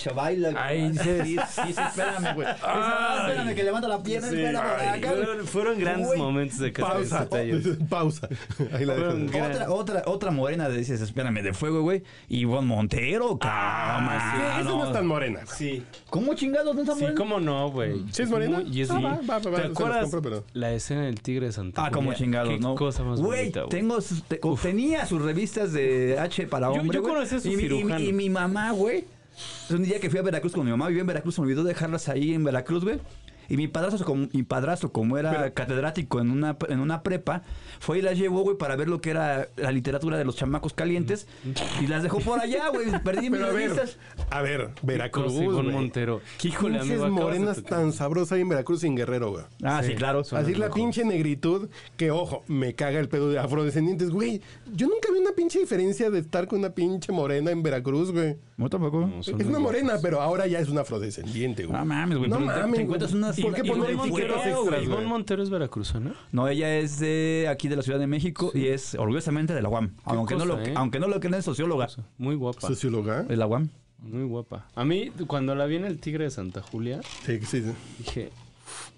S2: Ahí dices...
S4: espérame, güey.
S2: Ay.
S4: Espérame, que levanta la pierna, espérame,
S3: Ay,
S4: acá, güey.
S3: fueron, fueron grandes
S4: Güey,
S3: momentos de casa de
S1: Pausa.
S3: detalles.
S1: Pausa. Ahí la dejo.
S6: Otra, otra, otra morena de dices, espérame, de fuego, güey. Ivonne Montero,
S1: Ah,
S6: cama.
S1: Esa no es tan morena.
S3: Sí.
S6: ¿Cómo chingados no está
S3: Sí, cómo no,
S6: Mm.
S3: güey.
S1: ¿Sí es morena?
S3: Muy- y es-
S1: Ah,
S3: sí.
S1: va, va, va, va, se
S3: ¿Te
S1: los
S3: acuerdas
S1: compro, pero-
S3: la escena del tigre de Santa
S6: Ah, como
S3: Julia?
S6: chingados,
S3: Qué
S6: ¿no?
S3: cosa más
S6: Güey,
S3: bonita, güey.
S6: tengo sus- te- tenía sus revistas de H para
S3: Yo-
S6: hombre,
S3: yo
S6: güey.
S3: conocí a su
S6: y, mi- y mi-
S3: cirujano.
S6: y mi mamá, güey. Un día que fui a Veracruz con mi mamá, vivía en Veracruz, se me olvidó dejarlas ahí en Veracruz, güey. Y mi padrastro, como, mi padrastro, como era catedrático en una, en una prepa, fue y las llevó, güey, para ver lo que era la literatura de los chamacos calientes. Y las dejó por allá, güey. Perdí mis
S1: Pero a ver,
S6: revistas.
S1: a ver, Veracruz.
S3: Veracruz, Ivonne
S1: güey.
S3: Montero. Híjole,
S1: Pinches
S3: amigo, acabas de
S1: morenas
S3: tocar.
S1: tan sabrosas ahí en Veracruz y en Guerrero, güey.
S6: Ah, sí, claro.
S1: Así la pinche negritud, que ojo, me caga el pedo de afrodescendientes, güey. Yo nunca vi una pinche diferencia de estar con una pinche morena en Veracruz, güey.
S6: No, tampoco.
S3: No,
S1: Es
S3: son
S1: una
S3: muy
S1: morena, pero ahora ya es una afrodescendiente, güey.
S6: No mames, güey.
S1: No
S6: pero te-
S1: mames,
S6: te encuentras
S1: güey.
S6: unas-
S1: ¿Por qué
S6: y-
S1: poner
S3: Ivonne
S6: y-
S3: Montero,
S1: etiquetas extras,
S3: güey. Ivonne
S1: güey?
S3: Montero es veracruzana.
S6: No, ella es de aquí de la Ciudad de México y es orgullosamente de la UAM. Aunque, no
S3: cosa,
S6: lo,
S3: ¿eh?
S6: aunque no lo crean, es socióloga.
S3: Muy guapa.
S1: ¿Socióloga?
S6: ¿Es la UAM?
S3: Muy guapa. A mí, cuando la vi en el tigre de Santa Julia,
S1: Sí, sí. sí.
S3: dije.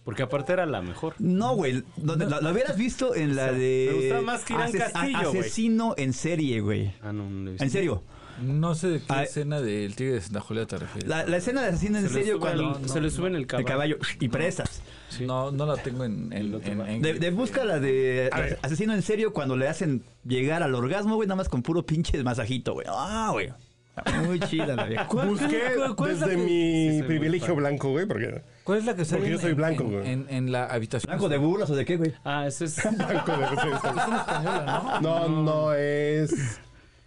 S3: Porque aparte era la mejor.
S6: No, güey. Lo, lo- lo hubieras visto en la de.
S3: me gustaba más que Irán
S6: Ases- a-
S3: Castillo, güey.
S6: Asesino en serie, güey.
S3: Ah, no, no la he visto.
S6: En serio.
S5: No sé de qué
S6: Ay.
S5: escena del Tigre de Santa Julia te refieres.
S6: La, la escena de asesino en
S3: Se le
S6: serio
S3: sube
S6: cuando.
S3: al- se le sube en el
S6: el
S3: caballo.
S6: caballo y presas.
S5: No, no la tengo en... en, en- en-
S6: De, de busca la de asesino en serio cuando le hacen llegar al orgasmo, güey, nada más con puro pinche masajito, güey. Ah, güey. Muy chida la vieja.
S1: Busqué
S5: cuál- cuál es la
S1: desde
S5: que-
S1: mi
S3: Sí, soy
S1: privilegio
S3: muy
S1: blanco, güey, porque...
S5: ¿Cuál es la que sale
S1: Porque yo
S5: en-
S1: soy
S5: en-
S1: blanco,
S5: en,
S1: güey.
S5: en- en la habitación?
S6: ¿Blanco de burlas o de qué, güey?
S3: Ah, ese es.
S1: Blanco de No, no es...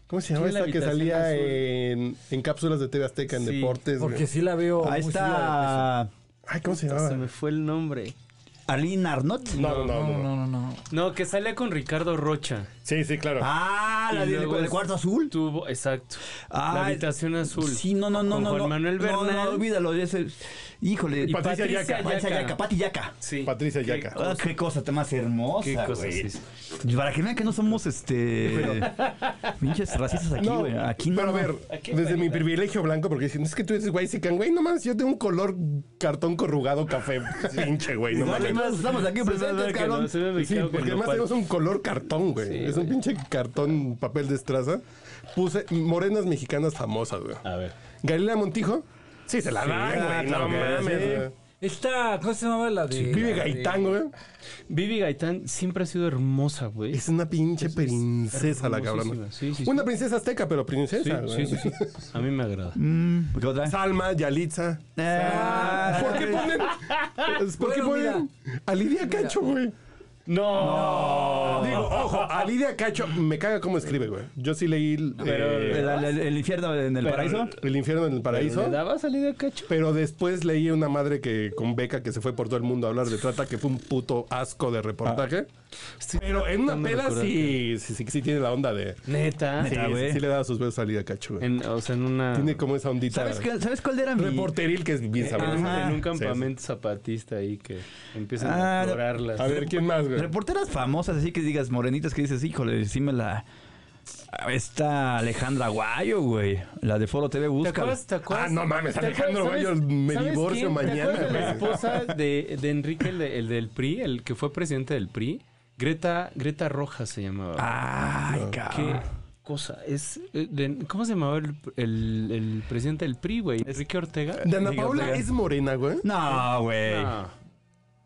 S1: ¿Cómo se llama
S3: ¿Quién la
S1: esta que
S3: habitación
S1: salía
S3: azul?
S1: en, en cápsulas de TV Azteca, en
S3: Sí,
S1: deportes? güey?
S5: Porque sí la veo...
S6: Ahí
S5: muy seguida
S6: está
S1: Ay, ¿cómo se
S3: se
S1: llamaba?
S3: me fue el nombre.
S6: Arlene Arnott.
S1: No, no,
S5: de
S1: no.
S5: eso.
S1: no.
S5: No, no, no.
S3: No, que salía con Ricardo Rocha.
S1: Sí, sí, claro.
S6: Ah, la
S3: Y
S6: del
S3: luego
S6: del
S3: es-
S6: cuarto azul.
S3: Tuvo, exacto.
S6: Ah,
S3: la habitación azul.
S6: Sí, no, no, no,
S3: Con
S6: no.
S3: Juan
S6: no.
S3: Manuel
S6: No,
S3: Bernal.
S6: No, olvídalo. Ese, híjole.
S1: Y Patricia Yaca.
S6: Patricia Yaca. Pati Yaca.
S3: Sí.
S1: Patricia
S3: Qué
S1: Yaca.
S6: Ah, qué cosa tan más hermosa,
S3: Qué cosa,
S6: güey.
S3: sí,
S6: Para que vean que no somos, este... pinches racistas aquí, güey. aquí no.
S1: pero a ver,
S6: no.
S1: desde mi privilegio blanco, porque dicen, es que tú eres güey, can güey, nomás yo tengo un color cartón corrugado café, pinche güey, no mames.
S6: Además, estamos aquí
S3: Se me
S6: presentes,
S3: ve que no,
S6: cabrón.
S3: se me ve
S1: Sí,
S3: que no, con
S1: porque
S3: lo
S1: además
S3: cual-
S1: tenemos un color cartón, güey.
S3: Sí,
S1: es un
S3: güey.
S1: pinche cartón papel de estraza. Puse morenas mexicanas famosas, güey.
S3: A ver.
S1: Galila Montijo. Sí, ah, se la dan, güey. No mames. güey.
S5: Esta, ¿cómo se llamaba la de...?
S1: Vive
S5: la de-
S1: Gaitán, güey.
S3: Vivi Gaitán siempre ha sido hermosa, güey.
S1: Es una pinche princesa la cabrona.
S3: hermosísima, sí, sí, sí.
S1: Una princesa azteca, pero
S3: Sí,
S1: princesa,
S3: sí,
S1: güey.
S3: sí, sí. A mí me agrada.
S6: Mm, ¿Qué otra?
S1: Salma, Yalitza.
S6: Ah,
S1: ¿Por qué ponen? ¿Por qué
S5: Bueno,
S1: ponen a Lidia Cacho, güey?
S3: No.
S1: Digo, ojo, a Lidia Cacho me caga cómo escribe, güey. Yo sí leí el, eh,
S6: ¿El, el- el infierno en el paraíso?
S1: el infierno en el paraíso.
S3: ¿Le daba salida a cacho?
S1: Pero después leí una madre que con beca que se fue por todo el mundo a hablar de trata, que fue un puto asco de reportaje. Pero en una
S3: tratando de
S1: peda
S3: recordar
S1: sí, sí, sí, sí tiene la onda de.
S3: Neta.
S1: Sí,
S6: Neta,
S1: sí,
S6: güey.
S1: sí le da sus besos a Lidia Cacho, güey.
S3: En- o sea, en una.
S1: Tiene como esa ondita
S6: ¿Sabes, qué- Eh, ¿Sabes cuál era mi...?
S1: reporteril que es bien sabrosa.
S3: en un
S1: Sí, sí.
S3: campamento zapatista ahí que empiezan
S6: Ah,
S3: a explorarlas.
S1: A ver, ¿quién más, güey?
S6: Reporteras famosas, así que digas, morenitas, que dices, híjole, sí me la... Esta Alejandra Guayo, güey. La de Foro TV
S3: ¿Te
S6: Busca.
S3: acuerdas? ¿Te
S1: Ah,
S3: acuerdas?
S1: no mames,
S3: ¿Te acuerdas?
S1: Alejandro
S3: ¿Sabes-
S1: Bayo, me
S3: sabes
S1: divorcio
S3: quién? ¿Te
S1: mañana.
S3: acuerdas de la
S1: güey.
S3: esposa de, de Enrique, el, de- el del PRI, el que fue presidente del PRI? Greta, Greta Rojas se llamaba.
S1: Ah.
S6: Ay,
S3: Qué
S6: cabrón.
S3: cosa. Es, eh, de- ¿Cómo se llamaba el, el- el presidente del PRI, güey? Enrique Ortega.
S1: Dana
S6: Digo,
S1: Paula
S6: Ortega.
S1: es morena, güey.
S6: No, güey.
S3: No.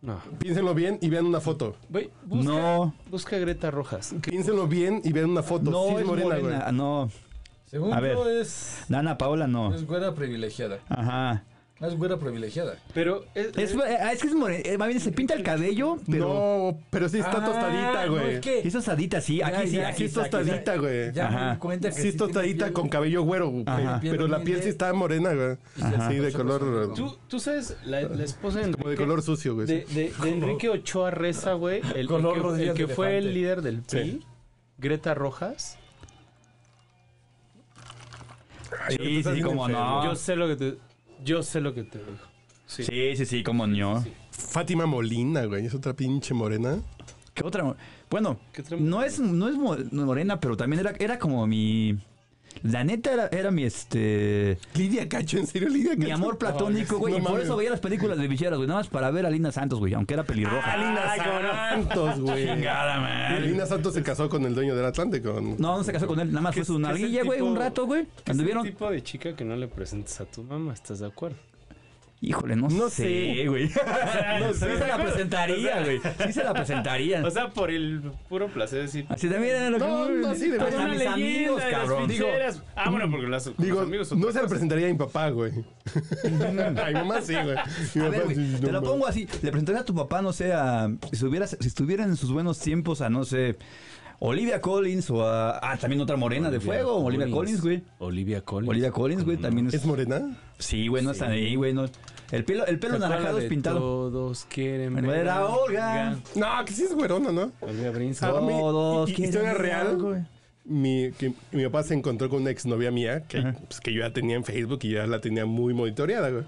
S3: No.
S1: Piénsenlo bien y vean una foto.
S3: Güey, busca,
S6: No,
S3: busca a Greta Rojas.
S1: Piénsenlo bien y vean una foto.
S6: no
S1: sí
S6: es morena, Ah, No,
S5: Según
S6: A ver.
S5: yo es...
S6: Dana Paola no.
S5: Es güera privilegiada.
S6: Ajá.
S5: Es güera privilegiada.
S3: Pero es,
S6: Es, eh, es que es morena. eh, Más bien se pinta el cabello, pero...
S1: No, pero sí está
S5: Ah,
S1: tostadita,
S5: no,
S1: güey.
S5: es que-
S6: Es tostadita, sí. Aquí
S5: Ya,
S6: sí,
S5: ya,
S6: aquí
S1: sí es
S6: está, aquí está.
S1: tostadita, güey.
S5: Ya
S6: Ajá.
S5: me di cuenta que
S1: Sí es
S5: tiene
S1: tostadita
S5: piel-
S1: con cabello güero, güey.
S6: Ajá.
S1: Pero la piel sí está morena, güey.
S6: Pues
S1: Sí, de color...
S3: tú, tú sabes, la, la esposa de Enrique,
S1: Como de color sucio, güey.
S3: de, de- de Enrique Ochoa Reza, güey. El, el
S5: Color
S3: que- el que,
S5: rodillas de
S3: fue
S5: elefante.
S3: el líder del PRI,
S1: Sí.
S3: Greta Rojas.
S6: Sí, sí, como no.
S3: Yo sé lo que te. Yo sé lo que te digo.
S6: Sí, sí, sí, como no.
S1: Fátima Molina, güey. Es otra pinche morena.
S6: ¿Qué otra? Bueno,
S3: ¿Qué otra
S6: no es, no es mo- morena, pero también era, era como mi. La neta era, era mi este.
S1: Lidia Cacho, en serio, Lidia Cacho.
S6: Mi amor platónico,
S1: No,
S6: güey. y por
S1: mames.
S6: eso veía las películas de bicheras, güey. Nada más para ver a Lina Santos, güey. Aunque era
S3: Ah,
S6: pelirroja.
S1: Lina Santos, güey.
S6: Chingada, madre.
S1: Lina Santos se casó con el dueño del Atlántico. con-
S6: No, no se casó con él. Nada más
S3: ¿Qué
S6: fue
S3: es-
S6: su
S3: qué es el
S6: narguilla, güey.
S3: tipo-
S6: Un rato, güey.
S3: ¿Qué Es el
S6: Anduvieron.
S3: tipo de chica que no le presentes a tu mamá, ¿estás de acuerdo?
S6: Híjole, no,
S1: No
S6: sé, güey. no sé. Sí se la presentaría, güey. Sí se la presentaría.
S3: O sea, por el puro placer de decir.
S6: Así también.
S1: No, no, así de verdad.
S6: Todos
S3: Ah, Una
S6: mis
S3: leyenda
S6: amigos,
S3: de
S6: cabrón.
S3: las
S6: Digo,
S3: pizzeras. ah, bueno, porque las, con
S1: Digo,
S3: los amigos son
S1: no
S3: otra
S1: se le
S3: cosa.
S1: presentaría a mi papá, güey. a mi mamá sí, güey. Mi
S6: A
S1: papá
S6: ver, güey,
S1: sí,
S6: te
S1: no
S6: lo
S1: mames.
S6: pongo así. Le presentaría a tu papá, no sé, a- si, estuvieras- si estuviera en sus buenos tiempos a, no sé, Olivia Collins o a... Ah, también otra morena de fuego, Olivia Collins, güey.
S3: Olivia Collins.
S6: Olivia Collins, güey, también es...
S1: ¿Es morena?
S6: Sí, güey, no está ahí, güey. no. El pelo, el pelo
S3: ¿Te acuerdas
S6: naranjado es
S3: de
S6: pintado.
S3: Todos quieren
S6: Bueno,
S3: ver
S6: era
S3: a
S6: Olga.
S1: No, que sí es güerona, ¿no?
S3: Olivia Brinsky.
S1: Ah, mi-
S6: Todos
S1: y- y- historia
S6: quieren
S1: real.
S6: algo, güey.
S1: Mi, que mi papá se encontró con una exnovia mía que, pues, que yo ya tenía en Facebook y ya la tenía muy monitoreada, güey.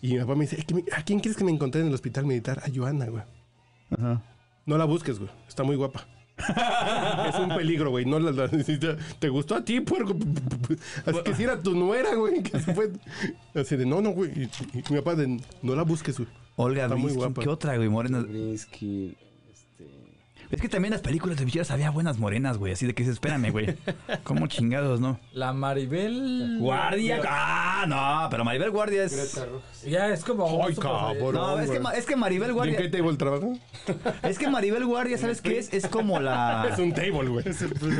S1: Y mi papá me dice, "Es que me- ¿a quién crees que me encontré en el hospital militar? A Joana, güey.
S6: Ajá.
S1: No la busques, güey. Está muy guapa. es un peligro, güey. No la, la- si te, te gustó a ti, puerco. Así que si era tu nuera, güey. Que se fue. Así de, no, no, güey. Y, y mi papá de, no la busques, güey.
S6: Olga
S1: Está muy
S6: Brinsky,
S1: guapa.
S6: ¿qué otra, güey, morena?
S3: Brinsky. Este.
S6: Es que también en las películas de bicheras había buenas morenas, güey. Así de que dices, espérame, güey. ¿Cómo chingados, no?
S5: La Maribel.
S6: Guardia. Ah, no, pero Maribel Guardia es...
S5: Ya es como. un
S1: Ay,
S5: super-
S1: cabrón.
S6: No, es que,
S1: güey.
S6: Ma- es que Maribel
S1: ¿Y en
S6: Guardia...
S1: qué table trabaja?
S6: Es que Maribel Guardia, ¿sabes qué es? Es como
S1: Es
S6: la.
S1: un table, güey.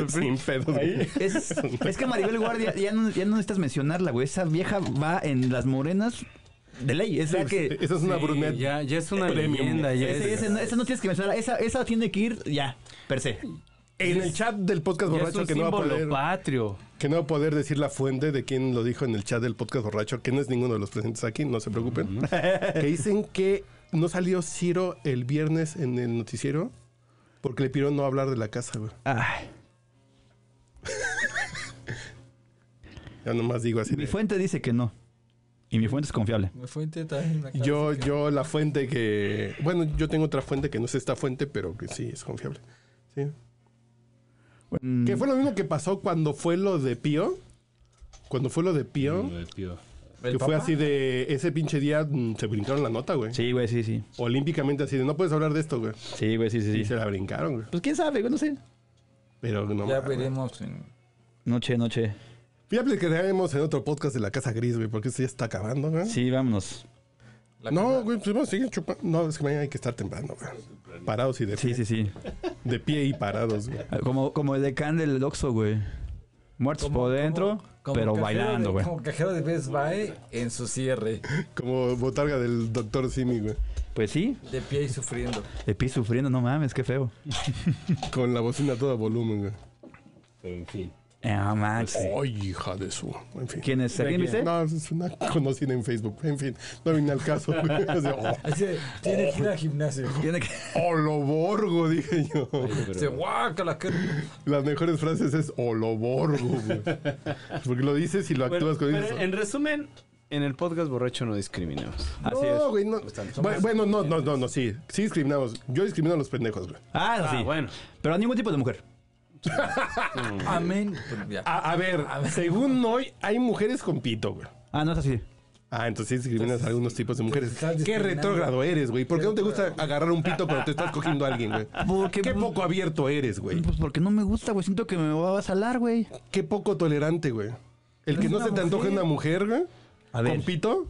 S1: Sin pedos, güey.
S6: Es, es que Maribel Guardia, ya no, ya no necesitas mencionarla, güey. Esa vieja va en las morenas de ley. Es la que.
S1: Esa es una brunette.
S3: Ya, ya es una
S1: Premium.
S3: leyenda. Ya
S6: Esa,
S3: es,
S6: esa- esa no tienes que mencionarla. Esa, esa tiene que ir ya, per se.
S1: En el chat del podcast
S3: ya es
S1: borracho
S3: un
S1: que no va a
S3: símbolo
S1: poder.
S3: patrio.
S1: Que no va a poder decir la fuente de quien lo dijo en el chat del podcast borracho, que no es ninguno de los presentes aquí, no se preocupen. Que dicen que no salió Ciro el viernes en el noticiero porque le pidieron no hablar de la casa, güey.
S6: Ay,
S1: Ya nomás digo así.
S6: mi
S1: de-
S6: fuente dice que no. Y mi fuente es confiable.
S5: Me fue a intentar en la cara.
S1: Yo, yo, la fuente que. Bueno, yo tengo otra fuente que no es esta fuente, pero que sí es confiable. Sí.
S6: Mm,
S1: Que fue lo mismo que pasó cuando fue lo de Pío. Cuando fue lo de Pío.
S5: ¿El
S1: Que fue
S5: papá?
S1: así de. Ese pinche día mm, se brincaron la nota, güey.
S6: Sí, güey, sí, sí.
S1: Olímpicamente así de. No puedes hablar de esto, güey.
S6: Sí, güey, sí, sí,
S1: Y
S6: sí.
S1: se la brincaron, güey.
S6: Pues quién sabe, güey, no sé.
S1: Pero no.
S5: Ya
S1: mames.
S5: veremos. en-
S6: Noche, noche.
S1: Ya platicaremos en otro podcast de la Casa Gris, güey, porque esto ya está acabando, güey.
S6: Sí, vámonos.
S5: La
S1: No, güey, pues vamos a seguir chupando. No, es que mañana hay que estar temprano, güey. Parados y de pie.
S6: Sí, sí, sí.
S1: De pie y parados, güey.
S6: Ah, Como, como el decán del Oxxo, güey. Muertos por dentro,
S5: como
S6: pero
S5: cajero
S6: bailando,
S5: de-
S6: güey.
S5: Como cajero de Best Buy en su cierre,
S1: Como botarga del doctor Simi, güey.
S6: Pues sí,
S5: de pie y sufriendo.
S6: de pie sufriendo, no mames, qué feo.
S1: Con la bocina a todo volumen, güey.
S3: Pero en fin.
S6: Eh, No manches.
S1: Ay, hija de su. En fin.
S6: ¿Quién es? ¿Alguien viste?
S1: No, es una conocida en Facebook. En fin, no vine al caso. güey. Así, oh,
S5: Así de, tiene que ir al gimnasio.
S6: Tiene que-
S1: oloborgo, dije yo.
S5: Dice, guácala, qué rico".
S1: Las mejores frases es oloborgo, güey. Porque lo dices y lo actúas con
S3: pero en resumen, en el podcast borracho no discriminamos.
S6: Así
S1: no,
S6: es.
S1: güey, no. Bueno, bueno, no, no, no, no, sí. Sí discriminamos. Yo discrimino a los pendejos, güey.
S6: Ah, eso sí.
S3: Ah, bueno.
S6: Pero a ningún tipo de mujer.
S5: Amén. Ya.
S1: A, a ver, según hoy, hay mujeres con pito, güey.
S6: Ah, no es así.
S1: Ah, entonces sí discriminas a algunos tipos de mujeres.
S5: estás
S1: Qué
S5: discriminando.
S1: retrógrado eres, güey. ¿Por qué no te gusta agarrar un pito cuando te estás cogiendo a alguien, güey?
S6: Porque-
S1: Qué poco abierto eres, güey.
S6: Pues porque no me gusta, güey. Siento que me va a salar, güey.
S1: Qué poco tolerante, güey. El que no se te antoje Pues una mujer, güey,
S6: A ver.
S1: con pito,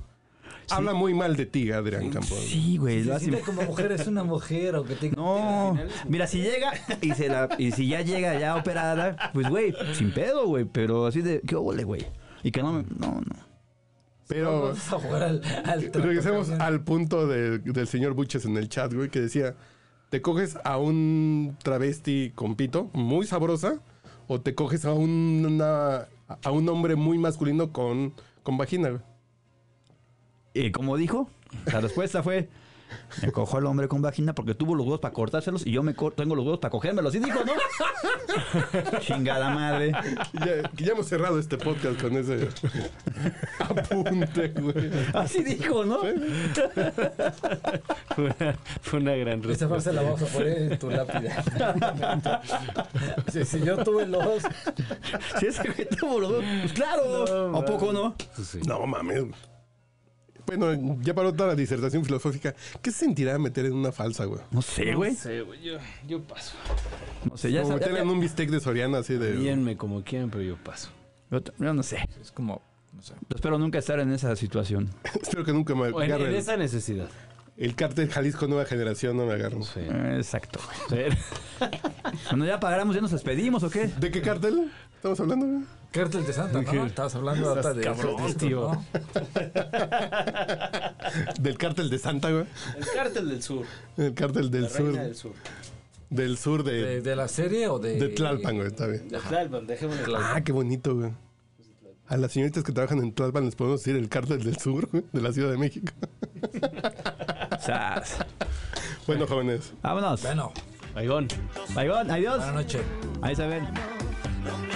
S1: habla muy mal de ti, Adrián Campos.
S6: Sí, güey.
S5: Se
S6: lo hace-
S5: siente como mujer, es una mujer, aunque tenga.
S6: No. Mira, si llega y, se la... y si ya llega ya operada, pues, güey, sin pedo, güey. Pero así de, qué ole, güey. Y que no me... No, no.
S1: Pero
S5: Vamos a jugar al, al trato
S1: regresemos
S5: también.
S1: al punto de- del señor Buches en el chat, güey, que decía, ¿te coges a un travesti con pito, muy sabrosa, o te coges a, un- una- a un hombre muy masculino con, con vagina, güey?
S6: eh, Y como dijo, la respuesta fue, Me cojó el hombre con vagina porque tuvo los huevos para cortárselos y yo me cor- tengo los huevos para cogérmelos. Y dijo, ¿no? Chingada madre.
S1: Ya, que ya hemos cerrado este podcast con ese apunte, güey.
S6: Así dijo, ¿no?
S3: Fue una, fue una gran
S2: Esta
S3: respuesta.
S2: frase la vamos a poner en tu lápida. si, si yo tuve los...
S6: Si ese güey tuvo los huevos, pues claro. ¿A poco no?
S3: Pues sí.
S1: No mames. Bueno, ya para otra disertación filosófica, ¿qué se sentirá meter en una falsa, ¿Eh, güey?
S6: No sé, güey.
S3: No sé, güey. Yo, yo paso.
S6: No sé, ya
S1: Como
S6: sabes.
S1: meter en un bistec de Soriana así de.
S3: Mírenme como quieran, pero yo paso.
S6: Yo, t- yo no sé.
S5: Es como, no sé.
S6: Yo espero nunca estar en esa situación.
S1: Espero que nunca me
S3: O en,
S1: agarren.
S3: en esa necesidad.
S1: El cártel Jalisco Nueva Generación no me agarren.
S3: Sí.
S6: Eh, Exacto. güey.
S3: Pero-
S6: Cuando ya pagamos, ya nos despedimos, ¿o qué?
S1: ¿De qué cártel estamos hablando? güey?
S2: Cártel de Santa, ¿no? Estabas hablando ahorita de...
S3: cabrón,
S2: esto,
S3: tío.
S2: ¿no?
S1: Del cártel de Santa, güey.
S3: El cártel del sur.
S1: El cártel del
S3: La
S1: sur.
S3: reina del sur.
S1: Del sur
S2: De,
S1: de,
S2: de la serie o de...?
S1: de Tlalpan, güey. Está bien.
S3: De Tlalpan, dejémoslo.
S1: Ah, qué bonito, güey. A las señoritas que trabajan en Tlalpan les podemos decir el cártel del sur, güey, de la Ciudad de México.
S6: Sas.
S1: Bueno, jóvenes.
S6: Vámonos.
S2: Bueno,
S3: Baigón.
S6: Bye, bye. Adiós.
S2: buena noche.
S6: Ahí se ven.
S8: no me